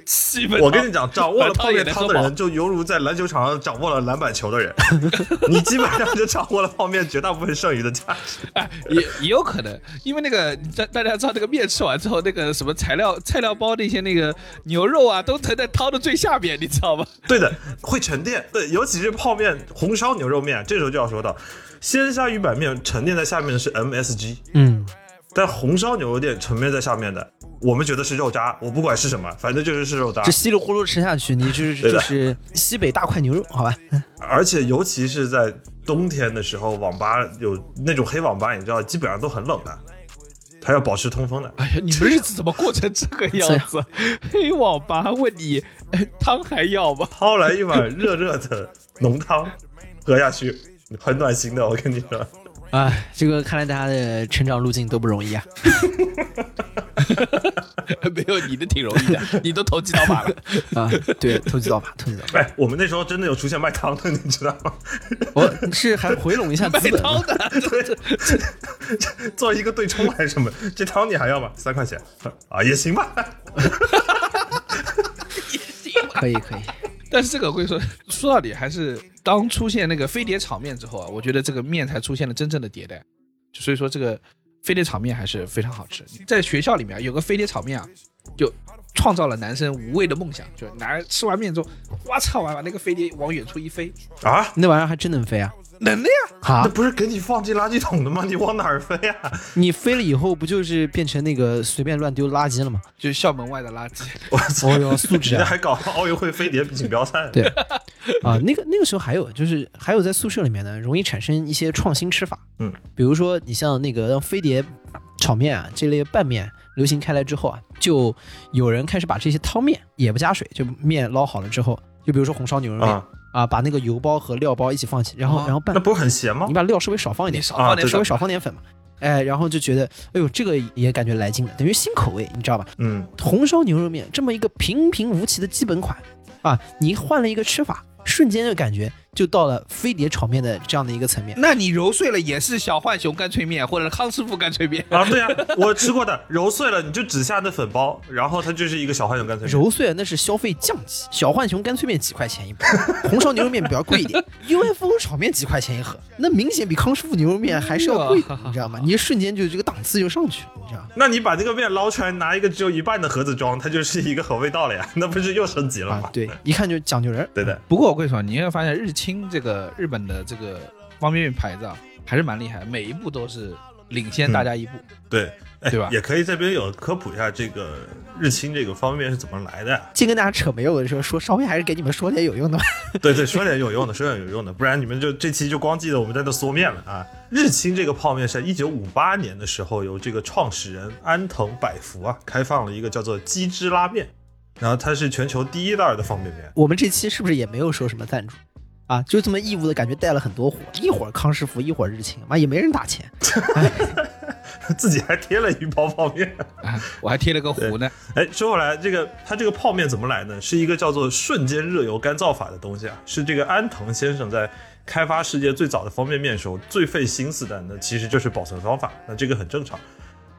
C: 七分
E: 我跟你讲，掌握了泡面汤
C: 把汤也得喝
E: 的
C: 饱
E: 人，就犹如在篮球场上掌握了篮板球的人， (laughs) 你基本上就掌握了泡面绝大部分剩余的价值。
C: 哎也也有可能，因为那个大大家知道，那个面吃啊完之后，那个什么材料菜料包那些那个牛肉啊，都腾在汤的最下面，你知道吗？
E: 对的，会沉淀。对，尤其是泡面、红烧牛肉面，这时候就要说到，鲜虾鱼板面沉淀在下面的是 MSG，
D: 嗯，
E: 但红烧牛肉店沉淀在下面的，我们觉得是肉渣，我不管是什么，反正就是是肉渣
D: 这。稀里糊涂吃下去，你就是
E: 对的
D: 就是西北大块牛肉，好吧？
E: 而且尤其是在冬天的时候，网吧有那种黑网吧，你知道，基本上都很冷的，它要保持通风的。
C: 哎呀，你们日子怎么过成这个样子？黑网吧问你、哎汤还要吗？
E: 掏来一碗热热的浓汤，喝下去很暖心的，我跟你说。 (laughs)
D: 哎， (laughs) 这个看来大家的成长路径都不容易啊。
C: (laughs) 没有，你的挺容易的，你都投机倒把了。
D: 啊，对，投机倒把，投机倒
E: 哎，我们那时候真的有出现卖汤的，你知道吗？
D: 把。我是还回笼一下资本吗，
E: 对， (laughs) 做一个对冲还是什么？这汤你还要吗？三块钱啊，也行吧。
D: (laughs)
E: (laughs)
D: 可以可以。
C: (laughs) 但是这个我跟你说，说到底还是当出现那个飞碟场面之后啊，我觉得这个面才出现了真正的迭代。就所以说，这个飞碟场面还是非常好吃。在学校里面啊有个飞碟场面啊，就创造了男生无畏的梦想，就拿吃完面之后，哇操，完把那个飞碟往远处一飞，
E: 啊，
D: 那玩意儿还真能飞啊？
C: 能的呀！
E: 那
D: 啊，
E: 不是给你放进垃圾桶的吗？你往哪儿飞啊？ (laughs)
D: 你飞了以后不就是变成那个随便乱丢垃圾了吗？
C: 就是校门外的垃
E: (laughs)
C: 圾，
E: 我操！
D: 哦哟，素质
E: 人家
D: 啊！
E: 还搞奥运会飞碟锦标赛，
D: 对啊，那个那个时候还有就是还有在宿舍里面呢，容易产生一些创新吃法。
E: 嗯，
D: 比如说你像那个让飞碟炒面啊这类拌面流行开来之后啊，就有人开始把这些汤面也不加水，就面捞好了之后，就比如说红烧牛肉面
E: 啊
D: 啊把那个油包和料包一起放起，然后、
C: 啊
D: 然后拌
E: 那，不是很邪吗
D: 你？把料稍微少放一点，
C: 少
E: 放啊点对的
D: 稍微少放点粉嘛。哎，然后就觉得，哎呦，这个也感觉来劲了，等于新口味，你知道吧？
E: 嗯，
D: 红烧牛肉面这么一个平平无奇的基本款啊，你换了一个吃法，瞬间就感觉就到了飞碟炒面的这样的一个层面。
C: 那你揉碎了也是小浣熊干脆面或者康师傅干脆面。
E: (laughs) 啊，对呀、我吃过的，揉碎了你就只下那粉包，然后它就是一个小浣熊干脆面。
D: 揉碎了那是消费降级，小浣熊干脆面几块钱一包， (laughs) 红烧牛肉面比较贵一点，UFO 炒面几块钱一盒，那明显比康师傅牛肉面还是要贵的，你知道吗？你一瞬间就这个档次就上去了，你知道吗？
E: 那你把这个面捞出来，拿一个只有一半的盒子装，它就是一个好味道了呀，那不是又升级了吗
D: 啊？，对，一看就讲究人儿。。
E: 对的，
C: 不过我跟你说，你会发现日清这个日本的这个方便面牌子啊，还是蛮厉害，每一步都是领先大
E: 嗯
C: 家一步。
E: 对，哎
C: 对吧
E: 也可以这边有科普一下这个日清这个方便面是怎么来的呀
D: 净跟大家扯没有的时候说，稍微还是给你们说点有用的吧。
E: 对对，说点有用的，说点有用的，不然你们就这期就光记得我们在那缩面了啊。日清这个泡面是一九五八年的时候由这个创始人安藤百福啊开放了一个叫做鸡汁拉面，然后它是全球第一袋儿的方便面。
D: 我们这期是不是也没有收什么赞助啊？就这么义务的感觉带了很多货，一会儿康师傅，一会儿日清，妈也没人打钱。
E: 自己还贴了一包泡面。
C: 啊，我还贴了个壶呢。
E: 哎，说回来，这个它这个泡面怎么来呢？是一个叫做瞬间热油干燥法的东西啊，是这个安藤先生在开发世界最早的方便面时候最费心思的呢，其实就是保存方法。那这个很正常。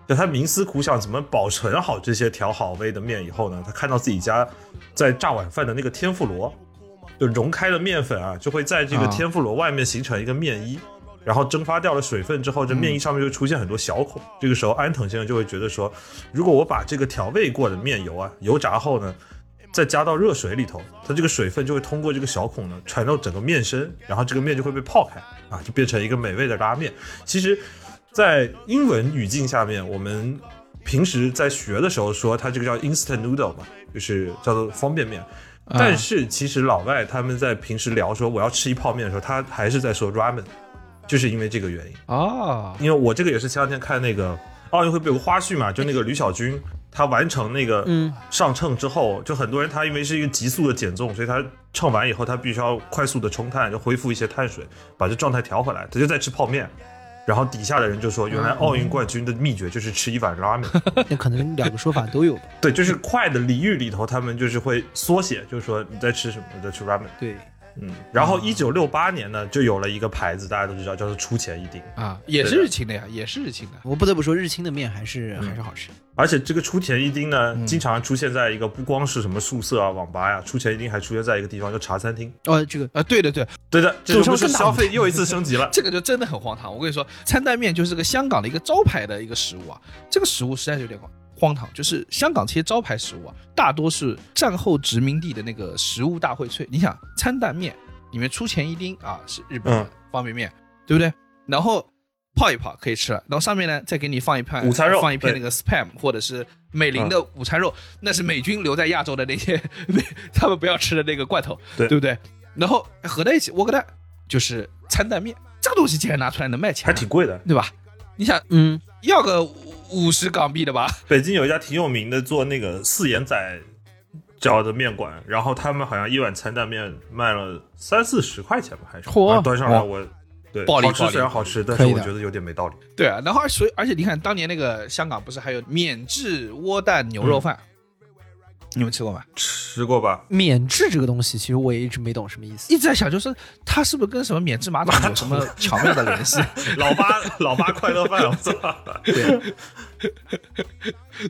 E: 就他冥思苦想怎么保存好这些调好味的面以后呢，他看到自己家在炸晚饭的那个天妇罗，就融开的面粉啊，就会在这个
C: 啊
E: 天妇罗外面形成一个面衣。然后蒸发掉了水分之后，这面衣上面就会出现很多小孔。这个时候，安藤先生就会觉得说，如果我把这个调味过的面油啊油炸后呢，再加到热水里头，它这个水分就会通过这个小孔呢传到整个面身，然后这个面就会被泡开啊，就变成一个美味的拉面。其实，在英文语境下面，我们平时在学的时候说它这个叫 instant noodle 嘛，就是叫做方便面。
C: 啊
E: 但是其实老外他们在平时聊说我要吃一泡面的时候，他还是在说 ramen，就是因为这个原因。
C: 哦，
E: 因为我这个也是前两天看那个奥运会不有个花絮嘛，就那个吕小军他完成那个上秤之后，就很多人他因为是一个急速的减重，所以他秤完以后他必须要快速的冲碳，就恢复一些碳水，把这状态调回来，他就在吃泡面。然后底下的人就说，原来奥运冠军的秘诀就是吃一碗拉面。 (laughs)
D: 那可能两个说法都有吧。
E: 对，就是快的俚语里头，他们就是会缩写，就是说你在吃什么，你在吃 ramen。
D: 对，
E: 嗯，然后一九六八年呢，就有了一个牌子，大家都知道，叫做出前一丁。
C: 啊，也是日清的呀，也是日清的。
D: 我不得不说，日清的面还是还是好吃。
E: 而且这个出前一丁呢，经常出现在一个不光是什么宿舍啊、网吧呀、出前一丁还出现在一个地方叫茶餐厅。
D: 哦，这个
C: 啊，对的对，
E: 对的，这
C: 酒商
E: 就是
C: 更大。
E: 消费又一次升级了
C: 这个就真的很荒唐。我跟你说，餐带面就是个香港的一个招牌的一个食物啊，这个食物实在是有点荒荒唐。就是香港这些招牌食物啊，大多是战后殖民地的那个食物大荟萃。你想，餐带面里面出前一丁啊，是日本的
E: 嗯
C: 方便面，对不对？然后泡一泡可以吃了，然后上面呢再给你放一片
E: 午餐肉
C: 放一片那
E: 对嗯
C: 个 spam 或者是美林的午餐肉，那是美军留在亚洲的那些 (laughs) 他们不要吃的那个罐头，
E: 对
C: 对不对？然后合在一起，我给它就是餐蛋面，这个东西竟然拿出来能卖钱，
E: (laughs) 还挺贵的。
C: 对吧？你想
D: 嗯，
C: 要个五十港币的吧？ (laughs)
E: 北京有一家挺有名的做那个四眼仔饺的面馆，然后他们好像一碗餐蛋面卖了三四十块钱吧，还是
C: 嚯
E: 啊端上来我，对，
C: 暴利
E: 好吃
C: 暴利
E: 虽然好吃，但
D: 可
E: 是
D: 以的
E: 我觉得有点没道理。
C: 对啊，然后所以而且你看，当年那个香港不是还有免治窝蛋牛肉饭？你们吃过吗？
E: 吃过 (laughs) 吧？
D: 免治这个东西，其实我也一直没懂什么意思。
C: 一直在想，就是它是不是跟什么免治马桶有什 (laughs) 么巧妙的联系？
E: 老八老八快乐饭，我 (laughs) 操！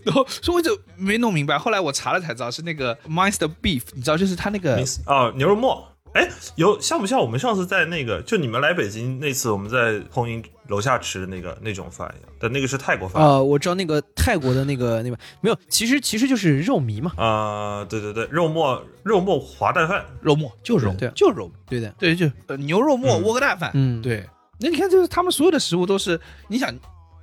C: 然后所以我就没弄明白。后来我查了才知道是那个 Monster Beef，你知道，就是它那个
E: 啊，牛肉末。哎，有像不像我们上次在那个，就你们来北京那次，我们在红营楼下吃的那个那种饭一样，但那个是泰国饭啊、
D: 呃，我知道那个泰国的那个那个没有，其实其实就是肉糜嘛，
E: 啊对对对，肉末肉末滑蛋饭，
C: 肉末，就是肉末
D: 对啊
C: 就是肉末。
D: 对的。
C: 对，就呃牛肉末窝个蛋饭。
D: 嗯
C: 对。那你看，就是他们所有的食物都是，你想，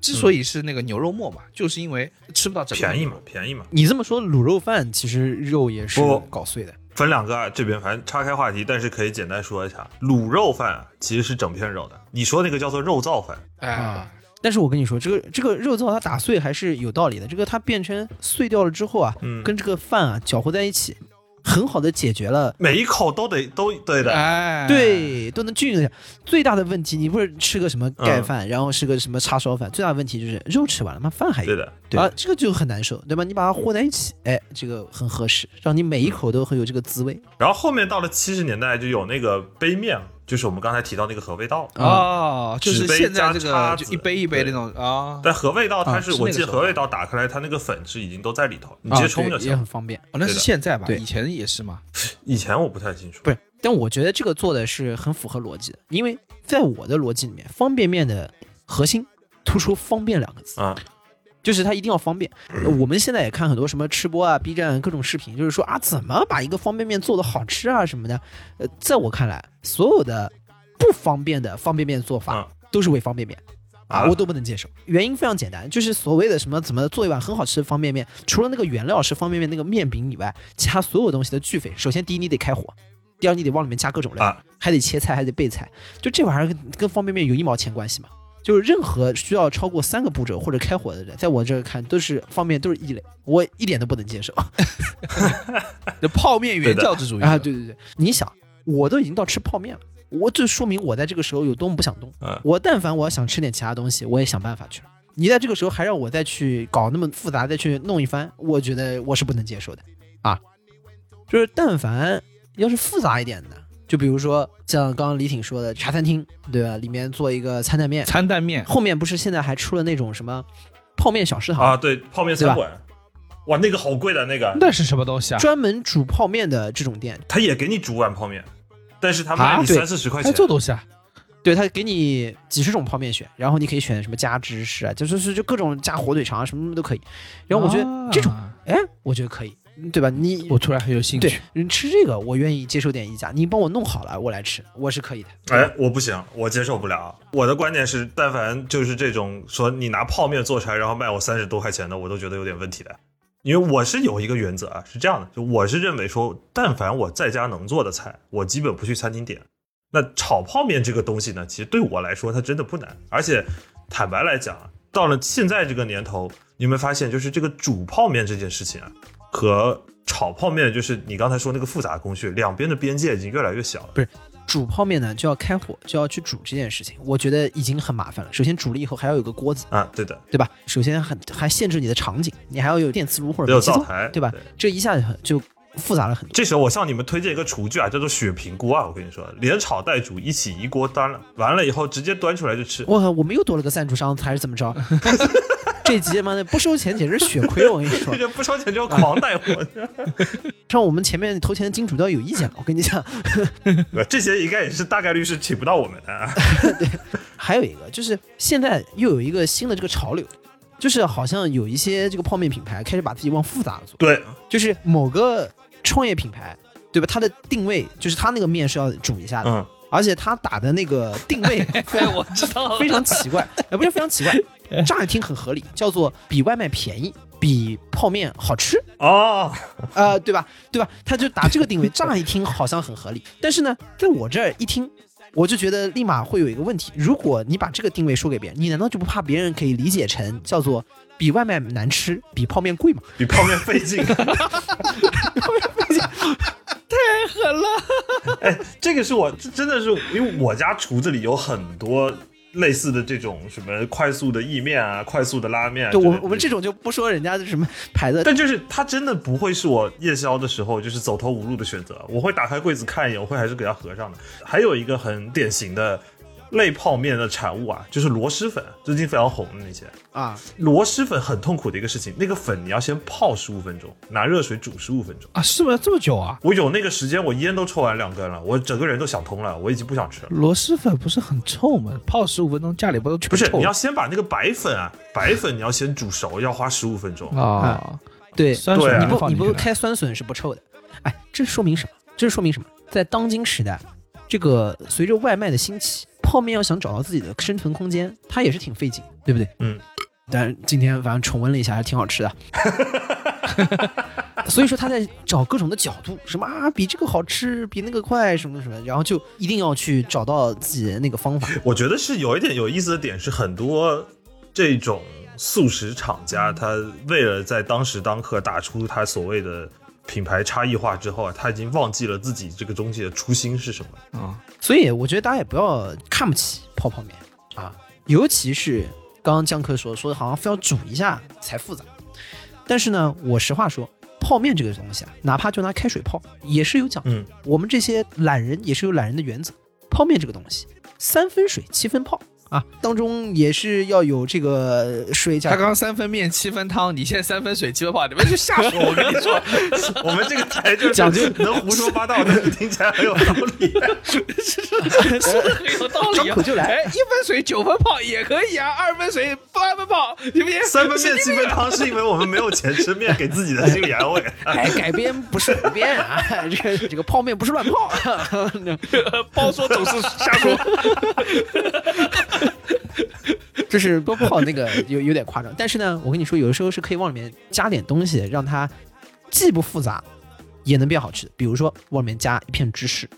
C: 之所以是那个牛肉末嘛，就是因为吃不到整个
E: 便宜嘛，便宜嘛。
D: 你这么说，卤肉饭其实肉也是
E: 不
D: 搞碎的。
E: 分两个啊，这边反正岔开话题，但是可以简单说一下，卤肉饭啊其实是整片肉的，你说那个叫做肉燥饭，
C: 哎，
D: 但是我跟你说，这个这个肉燥它打碎还是有道理的。这个它变成碎掉了之后啊，
E: 嗯
D: 跟这个饭啊搅和在一起，很好的解决了。
E: 每一口都得都对的，
C: 哎，，
D: 对，都能均匀一下。最大的问题，你不是吃个什么盖
E: 嗯
D: 饭，然后是个什么叉烧饭，最大的问题就是肉吃完了，妈饭还有
E: 对。的，
D: 对啊，这个就很难受，对吧？你把它和在一起，哎，这个很合适，让你每一口都很有这个滋味。
E: 然后后面到了七十年代就有那个杯面，就是我们刚才提到那个和味道，
D: 啊
C: 哦，就
E: 纸
C: 是
E: 杯
C: 现在
E: 加
C: 这
E: 叉
C: 个
E: 子
C: 就一杯一杯那
E: 对
C: 种啊。
E: 但和味道它
C: 啊
E: 是，
C: 是那
E: 我
C: 个
E: 记得
C: 时
E: 和
C: 候
E: 味道打开来，它那个粉是已经都在里头，你直接冲就
D: 啊对也
E: 行。
D: 很方便。
C: 哦，那
E: 对
C: 是
E: 的
C: 现在吧？
D: 对
C: 以前也是嘛。
E: 以前我不太清楚
D: 不，是，但我觉得这个做的是很符合逻辑的，因为在我的逻辑里面，方便面的核心突出“方便”两个字，
E: 啊，
D: 就是它一定要方便。我们现在也看很多什么吃播啊、B 站各种视频，就是说啊，怎么把一个方便面做的好吃啊什么的。呃，在我看来，所有的不方便的方便面做法
E: 啊
D: 都是为方便面。啊，
E: 啊
D: 我都不能接受。原因非常简单，就是所谓的什么怎么做一碗很好吃的方便面，除了那个原料是方便面那个面饼以外，其他所有东西的具备。首先，第一你得开火，第二你得往里面加各种料，
E: 啊
D: 还得切菜，还得备菜，就这玩意儿跟跟方便面有一毛钱关系吗？就是任何需要超过三个步骤或者开火的人，在我这儿看都是方便面都是异类，我一点都不能接受
C: 那泡面原教旨主义
D: 啊！，对对对，你想，我都已经到吃泡面了，我这说明我在这个时候有多么不想动。
E: 嗯
D: 我但凡我要想吃点其他东西，我也想办法去了。你在这个时候还让我再去搞那么复杂，再去弄一番，我觉得我是不能接受的啊！就是但凡要是复杂一点的，就比如说像刚刚李挺说的茶餐厅，对吧？里面做一个餐蛋面，
C: 餐蛋面
D: 后面不是现在还出了那种什么泡面小食堂
E: 啊，对，泡面餐馆，哇，那个好贵的那个，
C: 那是什么东西啊？
D: 专门煮泡面的这种店，
E: 他也给你煮碗泡面，但是他卖
C: 啊
E: 你
D: 对
E: 三四十块
C: 还
E: 钱，
C: 这东西啊？
D: 对他给你几十种泡面选，然后你可以选什么加芝士啊，就是是就各种加火腿肠啊，什么什么都可以。然后我觉得这种，哎、我觉得可以，对吧？你
C: 哦啊我突然很有兴
D: 对
C: 趣。
D: 你吃这个，我愿意接受点溢价，你帮我弄好了，我来吃，我是可以的。
E: 哎，我不行，我接受不了。我的观点是，但凡就是这种说你拿泡面做出来，然后卖我三十多块钱的，我都觉得有点问题的。因为我是有一个原则啊，是这样的，就我是认为说，但凡我在家能做的菜，我基本不去餐厅点。那炒泡面这个东西呢，其实对我来说它真的不难，而且坦白来讲啊，到了现在这个年头，你有没有发现，就是这个煮泡面这件事情啊，和炒泡面就是你刚才说那个复杂工序，两边的边界已经越来越小了。
D: 煮泡面呢，就要开火，就要去煮这件事情，我觉得已经很麻烦了。首先煮了以后还要有个锅子，
E: 啊，对的，
D: 对吧？首先还还限制你的场景，你还要有电磁炉或
E: 得
D: 者煤
E: 有
D: 气
E: 灶
D: 灶，
E: 台，
D: 对吧？这一下就很就复杂了很多。
E: 这时候我向你们推荐一个厨具啊，叫做雪平锅啊，我跟你说，连炒带煮一起一锅端了，完了以后直接端出来就吃。
D: 我我们又多了个赞助商，还是怎么着？
E: (laughs)
D: 这集他妈的不收钱简直是血亏，我跟你说
E: 这。就不收钱就狂
D: (laughs)
E: 带货，
D: 像我们前面投钱的金主都要有意见了，我跟你讲。
E: 这些应该也是大概率是请不到我们的、啊。
D: 还有一个就是现在又有一个新的这个潮流，就是好像有一些这个泡面品牌开始把自己往复杂了做，
E: 对，
D: 就是某个创业品牌，对吧？它的定位就是它那个面是要煮一下的，
E: 嗯，
D: 而且它打的那个定位
C: 哎，我知道
D: 非常奇怪，呃，不是非常奇怪，乍一听很合理，叫做比外卖便宜，比泡面好吃。
E: 哦，
D: 呃，对吧？对吧？他就打这个定位，乍一听好像很合理，但是呢，在我这儿一听，我就觉得立马会有一个问题：如果你把这个定位说给别人，你难道就不怕别人可以理解成叫做比外卖难吃，比泡面贵吗？
E: 比泡面费
D: (laughs)
E: 劲。哎，这个是我这真的是，因为我家厨子里有很多类似的这种什么快速的意面啊、快速的拉面、啊。
D: 对
E: 之类
D: 我
E: 的
D: 我们这种就不说人家的什么牌子，
E: 但就是它真的不会是我夜宵的时候就是走投无路的选择，我会打开柜子看一眼，我会还是给它合上的。还有一个很典型的类泡面的产物啊，就是螺蛳粉，最近非常红的那些
D: 啊。
E: 螺蛳粉很痛苦的一个事情，那个粉你要先泡十五分钟，拿热水煮十五分钟。
C: 啊，是吗？这么久啊？
E: 我有那个时间，我烟都抽完两根了，我整个人都想通了，我已经不想吃了。
C: 螺蛳粉不是很臭吗？泡十五分钟，家里不都全
E: 不是，
C: 臭
E: 你要
C: 了
E: 先把那个白粉啊，白粉你要先煮熟，要花十五分钟。
C: 啊？
D: 对，
C: 酸
E: 对
C: 水
E: 啊
D: 你
C: 能
D: 不
C: 放
D: 你
C: 进去
D: 不
C: 的
D: 开酸笋是不臭的。哎，这说明什么？这说明什么？在当今时代，这个随着外卖的兴起，泡面要想找到自己的生存空间，它也是挺费劲，对不对？
E: 嗯。
D: 但今天反正重温了一下，还挺好吃的。 (laughs) 所以说他在找各种的角度，什么啊，比这个好吃，比那个快，什么什么，然后就一定要去找到自己的那个方法。
E: 我觉得是有一点有意思的点是，很多这种素食厂家，他为了在当时当刻打出他所谓的品牌差异化之后啊，他已经忘记了自己这个东西的初心是什么。
C: 啊
D: 所以我觉得大家也不要看不起泡泡面啊，尤其是刚刚江科说说的，好像非要煮一下才复杂。但是呢，我实话说，泡面这个东西啊，哪怕就拿开水泡，也是有讲究。
E: 嗯
D: 我们这些懒人也是有懒人的原则，泡面这个东西，三分水七分泡啊，当中也是要有这个水
C: 他
D: 加。
C: 刚刚三分面七分汤，你现在三分水七分泡，你们就吓死我！我跟你 (laughs) 说，
E: 我们这个台就是
D: 讲究
E: 能胡说八道， (laughs) 但是听起来很有道理。
C: 说的很有道理、啊，
D: 张口就来
C: 哎，一分水九分泡也可以啊，二分水八分泡，你们也
E: 三分面七分汤是因为我们没有钱吃面，给自己的心理安慰。
D: 哎，改编不是胡编啊， (laughs) 这个这个泡面不是乱泡。 (laughs)
C: 包说总 (laughs) 是瞎说。
D: (laughs) 就是多泡那个有有点夸张，但是呢，我跟你说，有的时候是可以往里面加点东西，让它既不复杂，也能变好吃。比如说往里面加一片芝士，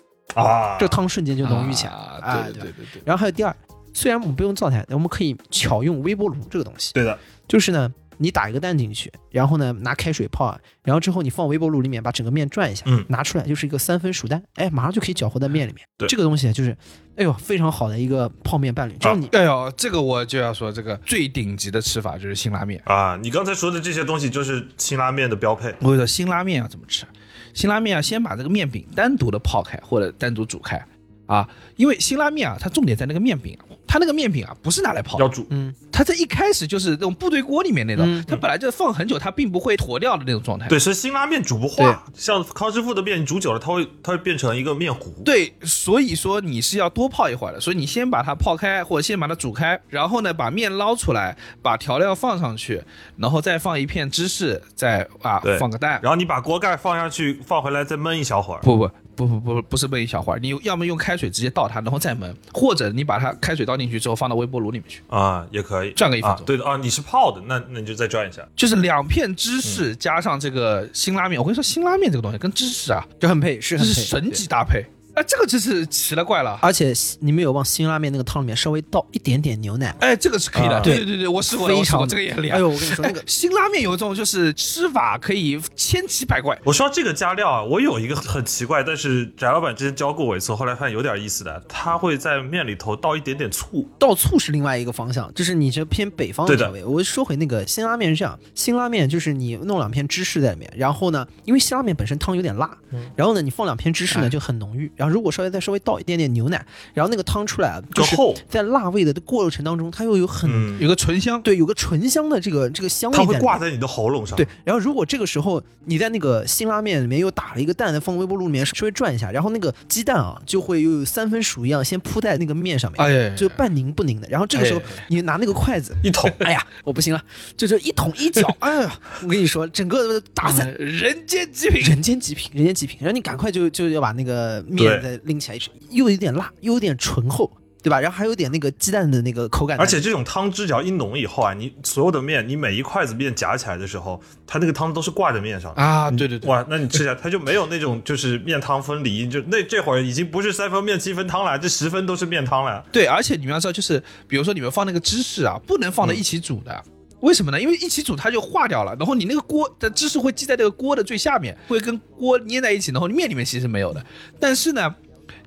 D: (laughs)
E: 啊，
D: 这汤瞬间就浓郁起来了。
C: 啊！
D: 哎
C: 对对对对
D: 然后还有第二，虽然我们不用灶台，我们可以巧用微波炉这个东西。
E: 对的，
D: 就是呢，你打一个蛋进去，然后呢拿开水泡啊，然后之后你放微波炉里面把整个面转一下，
E: 嗯
D: 拿出来就是一个三分熟蛋，哎，马上就可以搅和在面里面。
E: 对
D: 这个东西就是，哎呦，非常好的一个泡面伴侣，只要你
C: 对。哎呦，这个我就要说，这个最顶级的吃法就是辛拉面。
E: 啊，你刚才说的这些东西就是辛拉面的标配。
C: 我跟你说，辛拉面要怎么吃？啊辛拉面要先把这个面饼单独的泡开或者单独煮开啊，因为辛拉面啊，它重点在那个面饼啊，它那个面饼啊不是拿来泡
E: 要，煮，
D: 嗯，
C: 它这一开始就是那种部队锅里面那种
D: 嗯，
C: 它本来就放很久，它并不会坨掉的那种状态。
E: 对，是辛拉面煮不化，像康师傅的面你煮久了，它会它会变成一个面糊。
C: 对，所以说你是要多泡一会儿的，所以你先把它泡开，或者先把它煮开，然后呢把面捞出来，把调料放上去，然后再放一片芝士，再啊
E: 对
C: 放个蛋。
E: 然后你把锅盖放上去，放回来再焖一小会儿。
C: 不不不不不不是焖一小会儿，你要么用开水直接倒它，然后再焖，或者你把它开水倒进去之后放到微波炉里面去，
E: 啊，也可以
C: 转个一分
E: 啊
C: 钟
E: 对的啊，你是泡的，那那你就再转一下。
C: 就是两片芝士加上这个辛拉面。我跟你说，辛拉面这个东西跟芝士啊，
D: 就很配，是
C: 这
D: 很
C: 是
D: 配。啊
C: 神级搭配。哎，这个真是奇了怪了。
D: 而且你们有往辛拉面那个汤里面稍微倒一点点牛奶，
C: 哎，这个是可以的，
E: 啊
C: 对
D: 对
C: 对对，我试过的，
D: 非
C: 我试过
D: 常
C: 这个也很厉害。
D: 哎呦，我跟你说那
C: 哎
D: 个， (laughs)
C: 辛拉面有一种就是吃法可以千奇百怪，
E: 我说这个加料啊，我有一个很奇怪，但是翟老板之前教过我一次，后来发现有点意思的，他会在面里头倒一点点醋。
D: 倒醋是另外一个方向，就是你这偏北方的
E: 对的
D: 调味。我说回那个辛拉面是这样，辛拉面就是你弄两片芝士在里面，然后呢，因为辛拉面本身汤有点辣，
E: 嗯
D: 然后呢，你放两片芝
E: 哎
D: 士呢就很浓郁，然后如果稍微再稍微倒一点点牛奶，然后那个汤出来啊就是
E: 厚
D: 在辣味的过程当中，它又有很、
E: 嗯，
C: 有个醇香。
D: 对有个醇香的这个这个香味
E: 它
D: 在里
E: 会
D: 面，
E: 挂在你的喉咙上。
D: 对，，然后如果这个时候你在那个辛拉面里面又打了一个蛋，放微波炉里面稍微转一下，然后那个鸡蛋啊就会又有三分熟一样，先铺在那个面上面，
C: 哎，
D: 就半凝不凝的。然后这个时候你拿那个筷子一捅，哎呀，我不行了，就这一捅一搅，哎呀，我跟你说，整个打
C: 哎
D: 散。
C: 啊人间极品。
D: 人间极品，人间极品。然后你赶快就就要把那个面
E: 对
D: 再拎起来吃，又有点辣，又有点醇厚，对吧？然后还有点那个鸡蛋的那个口感在
E: 而
D: 里面，
E: 且这种汤汁只要一浓以后啊，你所有的面，你每一筷子面夹起来的时候，它那个汤都是挂在面上的。
C: 啊，对对对，
E: 哇，那你吃起来它就没有那种就是面汤分离，就那这会儿已经不是三分面七分汤了，这十分都是面汤 (laughs) 了。
C: 对，而且你们要知道，就是比如说你们放那个芝士啊，不能放在一起煮的，为什么呢？因为一起煮它就化掉了，然后你那个锅的芝士会积在这个锅的最下面，会跟锅粘在一起，然后面里面其实没有的。但是呢，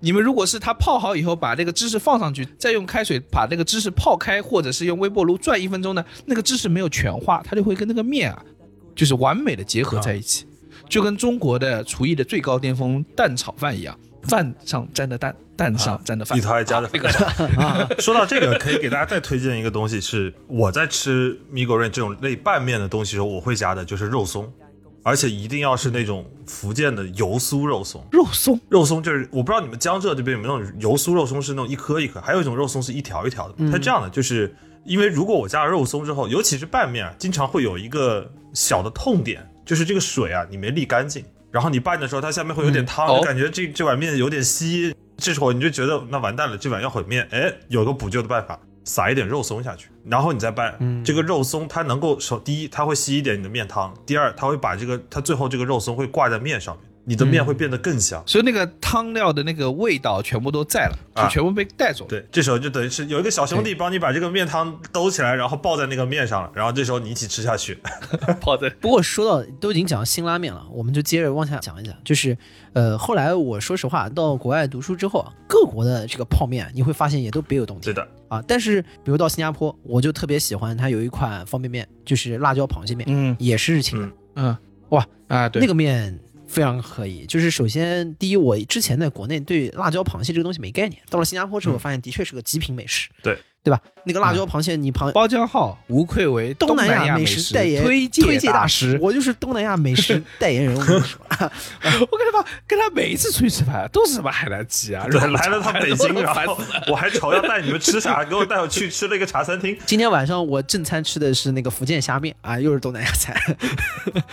C: 你们如果是它泡好以后，把这个芝士放上去，再用开水把那个芝士泡开，或者是用微波炉转一分钟呢，那个芝士没有全化，它就会跟那个面啊，就是完美的结合在一起，就跟中国的厨艺的最高巅峰蛋炒饭一样。饭上沾的蛋，蛋上沾的饭，
E: 你头还加的
C: 那啊个 (laughs)
E: 说到这个，可以给大家再推荐一个东西，是我在吃米狗面这种类拌面的东西时候，我会加的就是肉松，而且一定要是那种福建的油酥肉松。
C: 肉松，
E: 肉松就是我不知道你们江浙这边有没有那种油酥肉松是那种一颗一颗，还有一种肉松是一条一条的。它这样的就是因为如果我加了肉松之后，尤其是拌面，啊，经常会有一个小的痛点，就是这个水啊你没沥干净，然后你拌的时候它下面会有点汤，
C: 哦
E: 就感觉这这碗面有点稀，这时候你就觉得那完蛋了，这碗要毁灭。哎，有个补救的办法。撒一点肉松下去，然后你再拌。这个肉松它能够首第一，它会吸一点你的面汤；第二，它会把这个它最后这个肉松会挂在面上面，你的面会变得更香。
C: 所以那个汤料的那个味道全部都在了，
E: 啊
C: 就全部被带走了。
E: 对，这时候就等于是有一个小兄弟帮你把这个面汤兜起来，然后抱在那个面上了，然后这时候你一起吃下
C: 哎
E: 去。
C: 泡的
D: 不过说到都已经讲辛拉面了，我们就接着往下讲一讲。就是呃，后来我说实话，到国外读书之后啊，各国的这个泡面你会发现也都别有洞天。
E: 对的，
D: 啊，但是比如到新加坡，我就特别喜欢它有一款方便面，就是辣椒螃蟹面，
C: 嗯
D: 也是日清的、
C: 嗯，
D: 哇
C: 啊，对，
D: 那个面。非常可以，就是首先第一，我之前在国内对辣椒螃蟹这个东西没概念，到了新加坡之后，发现的确是个极品美食，
E: 对
D: 对吧？那个辣椒螃蟹，你螃
C: 包浆号无愧为
D: 东
C: 南
D: 亚
C: 美
D: 食代言
C: 推
D: 推
C: 介
D: 介大
C: 师。
D: 我就是东南亚美食代言人。我跟你说，
C: 我跟他妈跟他每一次出去吃饭都是什么海南鸡啊，
E: 对，
C: 肉
E: 来了趟北京，
C: 肠
E: 然
C: 啊
E: 后我还愁要带你们吃啥，给我带我去吃了一个茶餐厅。
D: 今天晚上我正餐吃的是那个福建虾面啊，又是东南亚菜。 (laughs)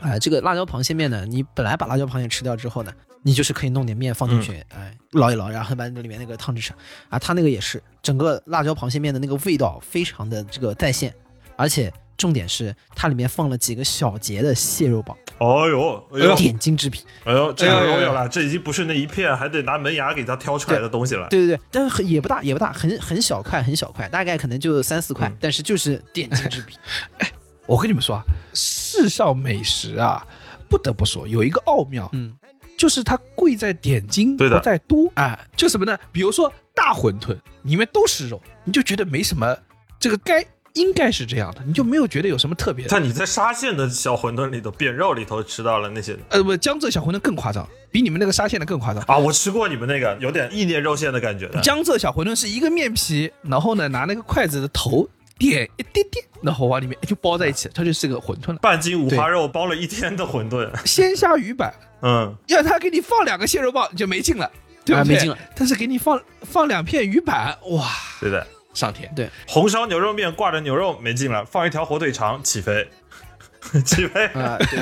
D: 啊，这个辣椒螃蟹面呢，你本来把辣椒螃蟹吃掉之后呢，你就是可以弄点面放进去，
E: 嗯
D: 哎，捞一捞，然后把那里面那个汤汁吃啊。它那个也是整个辣椒螃蟹面的那个味道非常的这个在线，而且重点是它里面放了几个小节的蟹肉棒，
E: 哎呦，哎呦，
D: 点睛之笔。
E: 哎呦，这个
C: 哎呦
E: 都有了，这已经不是那一片，还得拿门牙给它挑出来的东西了。
D: 对对对，但是很也不大，也不大，很很小块，很小块，大概可能就三四块，
E: 嗯
D: 但是就是点睛之
E: (laughs) 哎
D: 笔。
C: 我跟你们说啊，世上美食啊，不得不说有一个奥妙，
D: 嗯，
C: 就是它贵在点睛，
E: 对的
C: 不在多啊。就什么呢？比如说大馄饨里面都是肉，你就觉得没什么，这个该应该是这样的，你就没有觉得有什么特别的。
E: 但你在沙县的小馄饨里头、扁肉里头吃到了那些
C: 呃，不，江浙小馄饨更夸张，比你们那个沙县的更夸张。
E: 啊，我吃过你们那个有点意面肉馅的感觉的，
C: 江浙小馄饨是一个面皮，然后呢拿那个筷子的头点一滴滴，然后往里面就包在一起，它就是个馄
E: (laughs)
C: 饨了。
E: 半斤五花肉包了一天的馄饨，
C: 鲜虾鱼板，
E: 嗯，
C: 要他给你放两个蟹肉棒你就没劲了，对不
D: 啊
C: 对？
D: 没劲了。
C: 但是给你放放两片鱼板，哇，
E: 对的。
C: 上天！
D: 对，
E: 红烧牛肉面挂着牛肉没劲了，放一条火腿肠起飞， (laughs) 起飞，
D: 啊、对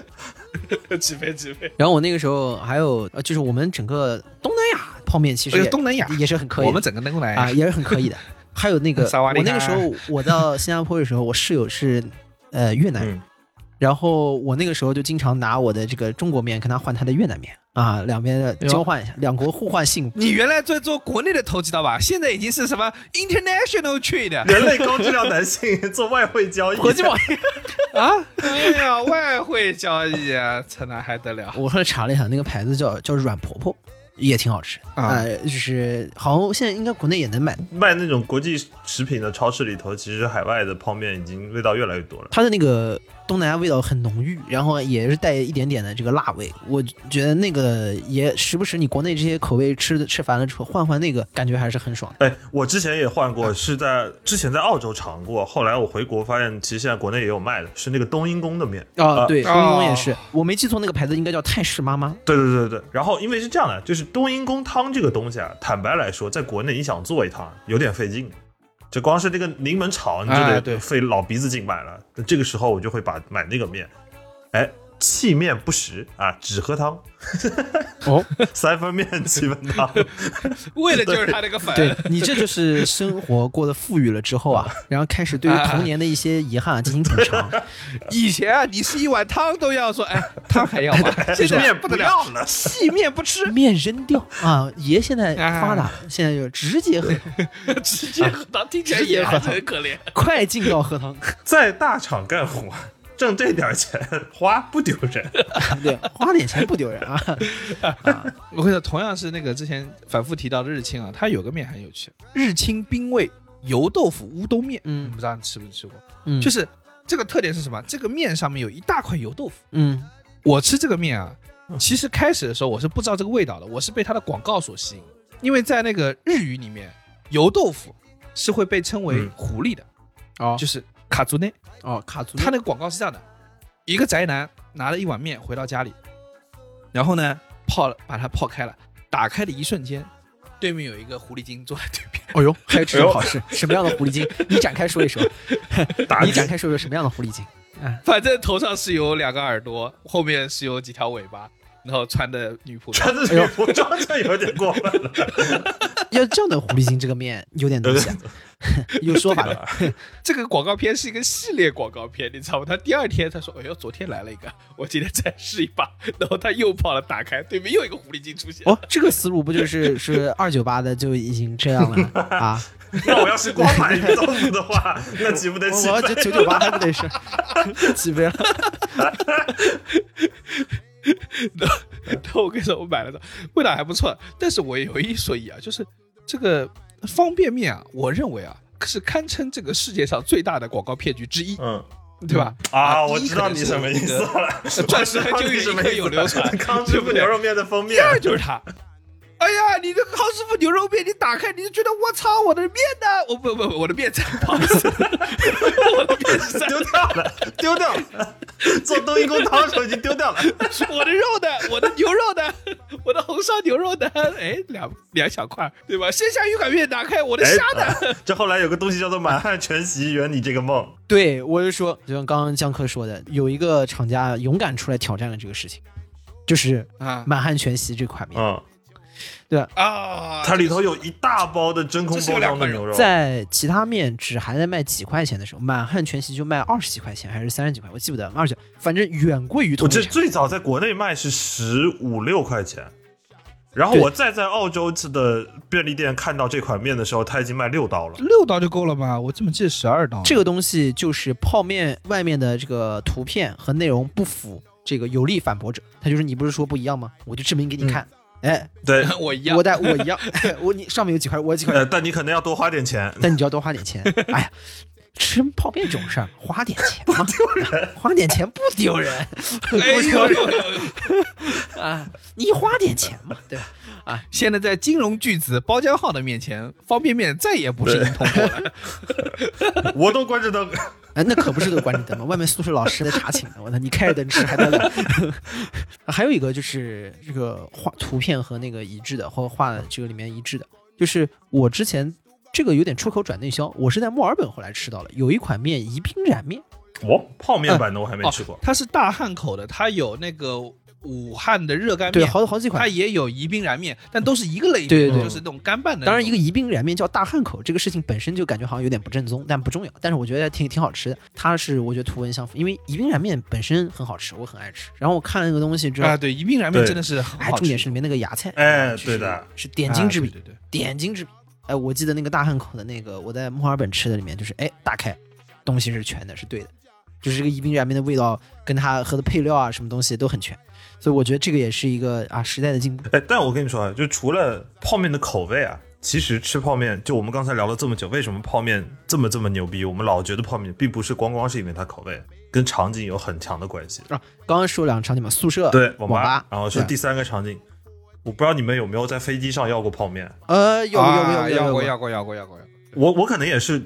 D: 的。
C: 起飞起飞！
D: 然后我那个时候还有，呃就是我们整个东南亚泡面其实
C: 哎呦
D: 也
C: 东南亚
D: 也是很可以的，
C: 我们整个能够来
D: 啊，也是很可
C: (laughs)
D: 以的。还有那个，
C: 萨瓦
D: 我
C: 迪
D: 那个
C: 卡
D: 时候我到新加坡的时候，我室友是呃越南人，
E: 嗯
D: 然后我那个时候就经常拿我的这个中国面跟他换他的越南面啊，两边的
C: 哎呦
D: 交换一下，两国互换信。
C: 你原来在做国内的投机倒把，现在已经是什么 international trade
E: 人类高质量男性做外汇交易，
D: 国际贸易，
C: 啊？哎呀，外汇交易啊，这那还得了？
D: (laughs) 我后来查了一下，那个牌子叫叫软婆婆，也挺好吃
C: 啊
D: 呃就是好像现在应该国内也能买。
E: 卖那种国际食品的超市里头，其实海外的泡面已经味道越来越多了。
D: 它的那个东南亚味道很浓郁，然后也是带一点点的这个辣味。我觉得那个也时不时你国内这些口味吃吃烦了之后换换那个，感觉还是很爽的。
E: 哎，我之前也换过，是在之前在澳洲尝过，后来我回国发现，其实现在国内也有卖的，是那个冬阴功的面。
D: 啊，对，
C: 啊
D: 冬阴功也是，我没记错，那个牌子应该叫泰式妈妈。
E: 对对对对对。然后因为是这样的，就是冬阴功汤这个东西啊，坦白来说，在国内你想做一趟有点费劲，就光是这个柠檬炒你
C: 哎
E: 就
C: 对
E: 得费老鼻子劲买了。那这个时候我就会把买那个面，哎。气面不实啊，只喝汤，
G: 哦，
E: (laughs) 三分面七分汤，
C: 为了就是他那个粉，
D: 对你这就是生活过得富裕了之后啊，然后开始对于童年的一些遗憾进行补偿。
C: 以前啊，你是一碗汤都要说，哎，汤
D: (laughs)
C: 还要吗？现在
E: 面
C: 不
E: 不
C: 得了，
E: 要了，
C: 细面不吃，
D: (laughs) 面扔掉啊！爷现在发达了，现在就直接喝，
C: 直接喝汤，听起来也很可怜。
D: 快进到喝汤。
E: 在大厂干活，挣这点钱花不丢人。
D: (laughs) 对，花点钱不丢人啊。
C: 我跟你说，同样是那个之前反复提到的日清啊，它有个面很有趣，日清冰味油豆腐乌冬面。
D: 嗯
C: 嗯，不知道你吃没吃过？
D: 嗯，
C: 就是是这个特点是什么？这个面上面有一大块油豆腐。
D: 嗯
C: 我吃这个面啊，其实开始的时候我是不知道这个味道的，我是被它的广告所吸引，因为在那个日语里面，油豆腐是会被称为
E: 嗯
C: 狐狸的，
G: 哦
C: 就是卡族内。
D: 哦，卡族
C: 他那个广告是这样的：一个宅男拿了一碗面回到家里，然后呢泡了，把它泡开了，打开的一瞬间，对面有一个狐狸精坐在对面， (laughs)
D: (laughs) 哦呦，还有这种好事？什么样的狐狸 (laughs) 精？你展开说一说，
E: 打
D: 你展开说一说什么样的狐狸精？
C: 反正头上是有两个耳朵，后面是有几条尾巴，然后穿的女仆装
E: 穿的这个服装就有点过分了。
D: 要这样的狐狸精，这个面有点东西啊， (laughs) 有说法的。
C: 这个广告片是一个系列广告片，你知道吗？他第二天他说：“哎呦，昨天来了一个，我今天再试一把。”然后他又泡了，打开对面又一个狐狸精出现。
D: 哦，这个思路不就是是二九八的就已经这样 (laughs) 了啊？
E: 那我要是光买一个豆腐的话，那岂不得气
D: 我我这九九八还不得 (laughs) 是起飞了？
C: 但 (laughs) 我跟你说，我买了的味道还不错，但是我有一说一啊，就是这个方便面啊，我认为啊。是堪称这个世界上最大的广告骗局之一，
E: 嗯
C: 对吧？
E: 啊，
C: 第一
E: 我知道你什么意思 (laughs) 了
C: 可能是那个。钻石
E: 我知
C: 和
E: 道
C: 金
E: 你
C: 鱼
E: 什
C: 一
E: 么
C: 刻
E: 意
C: 有
E: 思
C: 流
E: (laughs)
C: 传
E: 了，康师
C: 对不
E: 傅
C: 对
E: 牛肉面的封面
C: 第，二就是他。哎呀，你这个康师傅牛肉面，你打开你就觉得我操，我的面呢？我不不不，我的面在，不好意思，我的面是在，
E: 丢掉了， (laughs) 丢掉了。做冬阴功汤的时候已经丢掉了。
C: 我的肉呢？我的牛肉呢？我的红烧牛肉呢？哎，两两小块，对吧？鲜虾鱼擀面打开，我的
E: 哎
C: 虾呢？
E: 啊这后来有个东西叫做满汉全席，圆你这个梦。
D: 对，我就说，就像刚刚江科说的，有一个厂家勇敢出来挑战了这个事情，就是
C: 啊
D: 满汉全席这款面，
E: 嗯，
C: 啊，
E: 它里头有一大包的真空
C: 这是有
E: 包
C: 两
E: 装
C: 块
E: 的
C: 肉
E: 牛肉，
D: 在其他面只还在卖几块钱的时候，满汉全席就卖二十几块钱还是三十几块，我记不得，二十，反正远贵于
E: 我
D: 同
E: 这
D: 类产
E: 最早在国内卖是十五六块钱，然后
D: 对
E: 我再在澳洲的便利店看到这款面的时候，它已经卖六刀了。
C: 六刀就够了吧？我怎么记得十二刀？
D: 这个东西就是泡面外面的这个图片和内容不符，这个有力反驳者，他就是你不是说不一样吗？我就证明给你看，哎，
E: 对，
C: 我一样
D: 我，带我一样，我你上面有几块，我有几块，
E: 呃，但你可能要多花点钱。
D: 但你就要多花点钱。哎呀，吃泡面这种事儿，花点钱不丢人，花点钱不丢人，不
C: 哎
D: 丢
C: 呦 (laughs)
D: 人啊！你花点钱嘛，对吧？
C: 啊现在在金融巨子包浆号的面前，方便面再也不是一通货
D: (laughs)
C: 了。
E: 我都关着灯。
D: 哎，那可不是都关着灯嘛，外面宿舍老师在查寝呢。我操，你开着灯吃还得了？ (laughs) 还有一个就是这个画图片和那个一致的，或画这个里面一致的，就是我之前这个有点出口转内销，我是在墨尔本后来吃到了，有一款面宜宾燃面，
E: 哦，泡面版的我还没吃过。
C: 哦它是大汉口的，它有那个武汉的热干
D: 对，
C: 面，
D: 好好几款
C: 它。也有宜宾燃面，但都是一个类别，
D: 对对对
C: 就是那种干拌的那种。
D: 当然，一个宜宾燃面叫大汉口，这个事情本身就感觉好像有点不正宗，但不重要。但是我觉得挺挺好吃的，它是我觉得图文相符，因为宜宾燃面本身很好吃，我很爱吃。然后我看了那个东西之后，
C: 啊，对，宜宾燃面
E: 对
C: 真的是很
D: 哎，
C: 好吃。
D: 重点是里面那个芽菜，啊
E: 哎
D: 就是
E: 对的，
D: 是点睛之笔
C: 啊，对对对，
D: 点睛之笔。哎，我记得那个大汉口的那个，我在墨尔本吃的里面，就是哎，打开，东西是全的，是对的，就是这个宜宾燃面的味道，跟它和的配料啊，什么东西都很全，所以我觉得这个也是一个啊时代的进步。
E: 哎，但我跟你说啊，就除了泡面的口味啊，其实吃泡面，就我们刚才聊了这么久，为什么泡面这么这么牛逼？我们老觉得泡面并不是光光是因为它口味，跟场景有很强的关系。
D: 刚刚说两个场景嘛，宿舍
E: 对，
D: 网
E: 网
D: 吧，
E: 然后是
D: 对
E: 第三个场景，我不知道你们有没有在飞机上要过泡面？
D: 呃，有有有
C: 啊
D: 有
C: 要
D: 有
C: 过
D: 有
C: 要过要过要过。要过
E: 我我可能也是，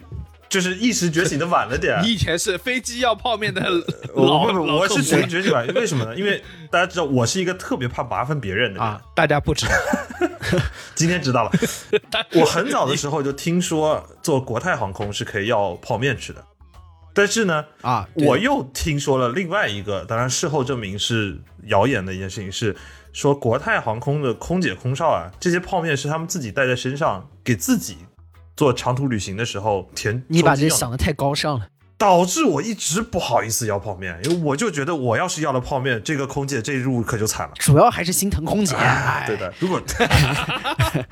E: 就是一时觉醒的晚了点
C: (laughs) 。你以前是飞机要泡面的老
E: 我不不，
C: 老
E: 我
C: 客
E: 是
C: 户
E: 觉觉醒晚，为什么呢？因为大家知道我是一个特别怕麻烦别人的人。
D: 啊
C: 大家不知道，
E: 今天
D: (laughs)
E: 知道了，我很早的时候就听说坐国泰航空是可以要泡面吃的，但是呢，
D: 啊，对
C: (laughs)
E: 我又听说了另外一个，当然事后证明是谣言的一件事情是。说国泰航空的空姐空少啊，这些泡面是他们自己带在身上，给自己做长途旅行的时候填。
D: 你把这
E: 充饥
D: 想的太高尚了，
E: 导致我一直不好意思要泡面，因为我就觉得我要是要了泡面，这个空姐这一路可就惨了。
D: 主要还是心疼空姐。
C: 啊
D: 哎
E: 对的，如果 (laughs)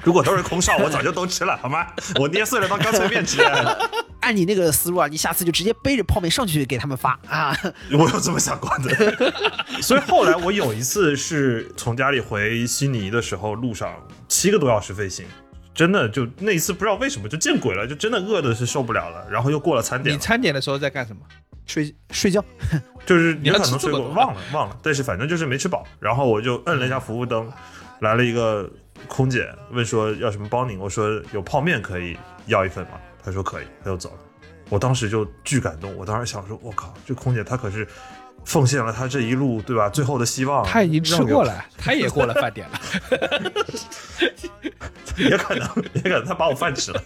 E: 如果都是空少，我早就都吃了，好吗？我捏碎了当干脆面吃，
D: 按你那个思路啊，你下次就直接背着泡面上去给他们发啊。
E: 我有这么想过的。 (laughs) 所以后来我有一次是从家里回悉尼的时候，路上七个多小时飞行，真的就那一次不知道为什么就见鬼了，就真的饿的是受不了了，然后又过了餐点
C: 你
E: 了，
C: 餐点的时候在干什么？啊
D: 睡睡觉，
E: 就是有
C: 要
E: 可能
C: 吃这么
E: 睡过，
C: 多
E: 忘了忘了，但是反正就是没吃饱。然后我就摁了一下服务灯，来了一个空姐，问说要什么帮您，我说有泡面可以要一份吗？她说可以，她就走了。我当时就巨感动，我当时想说，我靠，这空姐她可是奉献了她这一路对吧最后的希望，
C: 他已经吃过
E: 了，
C: 了，他也过了饭点 (laughs) 了。
E: 也可能也可能她把我饭吃了。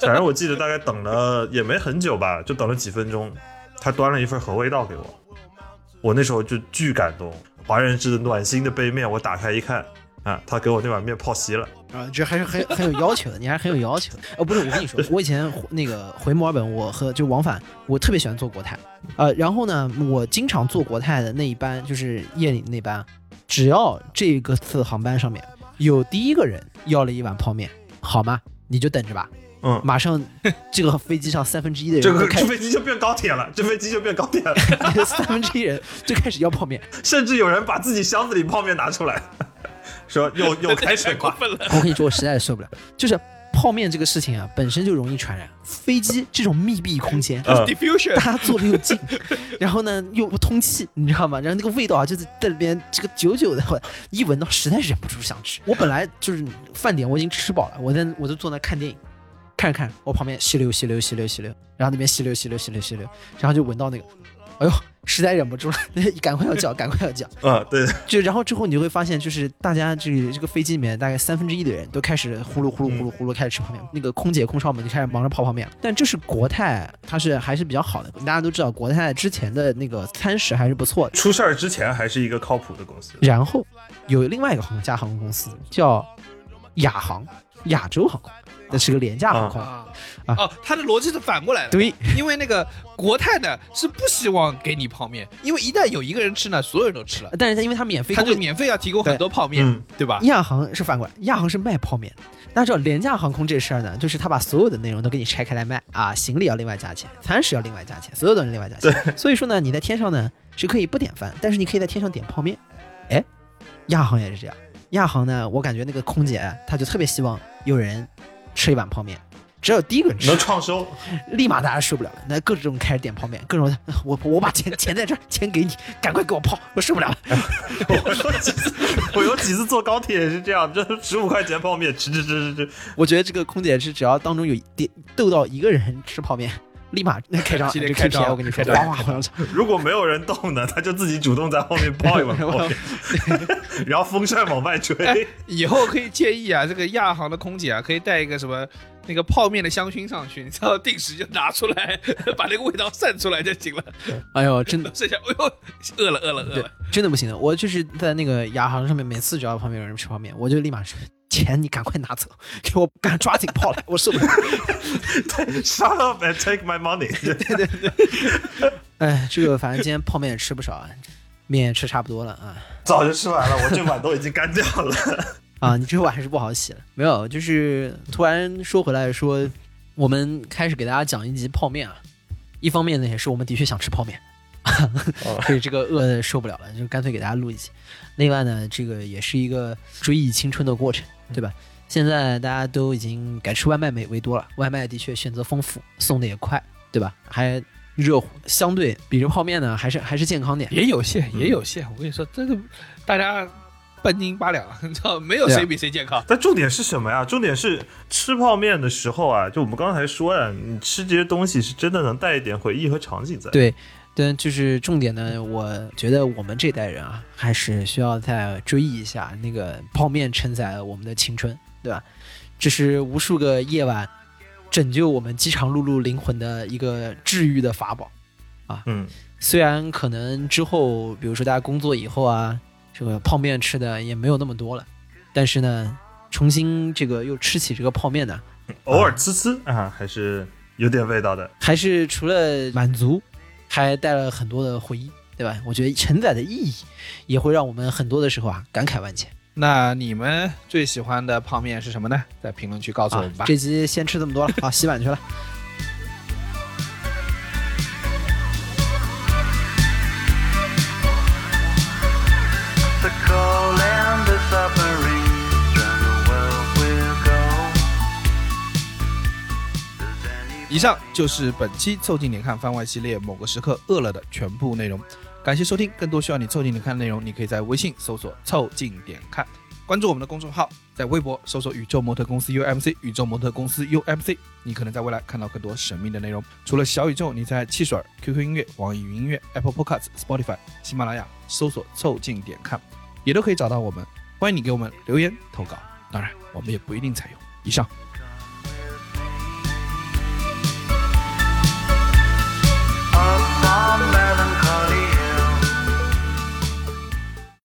E: 反正我记得大概等了也没很久吧，就等了几分钟，她端了一份合味道给我，我那时候就巨感动。华人是暖心的杯面，我打开一看，啊，他给我那碗面泡稀了。
D: 啊，这还是很很有要求的，你还是很有要求的。 (laughs) 哦，不是，我跟你说，我以前回那个回墨尔本，我和就往返，我特别喜欢坐国泰，呃，然后呢，我经常坐国泰的那一班，就是夜里那班，只要这个次航班上面有第一个人要了一碗泡面，好吗？你就等着吧，
E: 嗯
D: 马
E: (laughs)
D: 上这个飞机上三分之一的
E: 这
D: 人
E: 个
D: 都开
E: 这飞机就变高铁了，这飞机就变高铁了， (laughs)
D: 始，三分之一人就开始要泡面，
E: 甚至有人把自己箱子里泡面拿出来，说有有开
C: (laughs)
E: 水吗？
D: 我跟你说，我实在是受不了，就是泡面这个事情啊，本身就容易传染。飞机这种密闭空
E: (laughs)
D: 间，
E: 嗯
C: Diffusion
D: 大家坐的又近， (laughs) 然后呢又不通气，你知道吗？然后那个味道啊，就是在里边这个久久的，我一闻到实在是忍不住想吃。我本来就是饭点我已经吃饱了，我在我就坐那看电影。看着看着，我旁边吸溜吸溜吸溜吸溜，然后那边吸溜吸溜吸溜吸溜，然后就闻到那个，哎呦，实在忍不住了， (laughs) 赶快要叫，赶快要叫，
E: 嗯，对，
D: 就然后之后你就会发现，就是大家这个这个飞机里面大概三分之一的人都开始呼噜呼噜
C: 嗯
D: 呼噜呼噜开始吃泡面，那个空姐空少们就开始忙着泡泡面了。但这是国泰，它是还是比较好的，大家都知道国泰之前的那个餐食还是不错的。
E: 出事儿之前还是一个靠谱的公司。
D: 然后有另外一个航家航空公司叫亚航，亚洲航空，那是个廉价航空。
C: 啊哦，他的逻辑是反过来的，
D: 对，
C: 因为那个国泰呢是不希望给你泡面，因为一旦有一个人吃呢，所有人都吃了，
D: 但是它因为它免费
C: 他
D: 供
C: 就
D: 应，
C: 免费要提供很多泡面
E: 嗯，
C: 对吧？
D: 亚航是反过来，亚航是卖泡面的。大家知道廉价航空这事儿呢，就是他把所有的内容都给你拆开来卖啊，行李要另外加钱，餐食要另外加钱，所有东西另外加钱。所以说呢，你在天上呢是可以不点饭，但是你可以在天上点泡面。哎，亚航也是啊这样。亚航呢，我感觉那个空姐她就特别希望有人吃一碗泡面，只要有第一个人吃
E: 能，创收，
D: 立马大家受不了了，那各种开始点泡面，各种 (laughs) 我我把钱钱在这儿，钱给你，赶快给我泡，我受不了了。
E: (laughs) 我有几次，我有几次坐高铁也是这样，就是十五块钱泡面吃吃吃吃吃，
D: 我觉得这个空姐是只要当中有一点斗到一个人吃泡面，立马那开张
C: 系列
D: 就
C: 开张
D: KPI，我跟你说，
C: 开
D: 哗
C: 张
D: 哗哗，
E: 如果没有人动呢，他就自己主动在后面泡一碗泡面， (laughs) 然后风扇往外吹，
C: 哎以后可以建议啊，这个亚航的空姐啊，可以带一个什么那个泡面的香薰上去，你知道定时就拿出来， (laughs) 把那个味道散出来就行了。
D: 哎呦，真的。
C: 剩下，哎呦，饿了，饿了，饿
D: 对
C: 了。，
D: 真的不行的。我就是在那个亚航上面，每次只要旁边有人吃泡面，我就立马说：“钱你赶快拿走，给我赶抓紧泡了，我受不了。
E: Shut up and take my money，就” (laughs)
D: 哎，这个反正今天泡面也吃不少啊，面也吃差不多了啊。
E: 早就吃完了，我这碗都已经干掉了。 (laughs)
D: 啊，你这碗还是不好洗了。没有，就是突然说回来说，我们开始给大家讲一集泡面啊。一方面呢，也是我们的确想吃泡面， (laughs) 所以这个饿的受不了了，就干脆给大家录一集。另外呢，这个也是一个追忆青春的过程，对吧？现在大家都已经改吃外卖为为多了，外卖的确选择丰富，送的也快，对吧？还热乎，相对比着泡面呢，还是还是健康点。
C: 也有限，
D: 嗯
C: 也有限。我跟你说，这个大家半斤八两， (laughs) 你知道，没有
D: 对啊
C: 谁比谁健康。
E: 但重点是什么呀？重点是吃泡面的时候啊，就我们刚才说呀、你吃这些东西是真的能带一点回忆和场景在。
D: 对，但就是重点呢，我觉得我们这代人啊，还是需要再追忆一下那个泡面承载了我们的青春，对吧？这是无数个夜晚拯救我们饥肠辘辘灵魂的一个治愈的法宝。
E: 嗯，
D: 虽然可能之后，比如说大家工作以后啊，这个泡面吃的也没有那么多了，但是呢，重新这个又吃起这个泡面呢，
E: 偶尔吃吃啊，还是有点味道的。
D: 还是除了满足，还带了很多的回忆，对吧？我觉得承载的意义也会让我们很多的时候啊感慨万千
C: 那你们最喜欢的泡面是什么呢？在评论区告诉我
D: 啊
C: 们吧。。
D: 这集先吃这么多了，好洗碗去了。
B: The coal and the submarine, down the world we'll go. Does anybody-
C: 以上就是本期《凑近点看》番外系列《某个时刻饿了》的全部内容，感谢收听。更多需要你凑近点看的内容，你可以在微信搜索“凑近点看”，关注我们的公众号，在微博搜索“宇宙模特公司 UMC”，宇宙模特公司 UMC，你可能在未来看到更多神秘的内容。除了小宇宙，你在汽水、QQ 音乐、网易云音乐、Apple Podcasts、Spotify、喜马拉雅搜索“凑近点看”，也都可以找到我们。欢迎你给我们留言投稿，当然我们也不一定采用。以上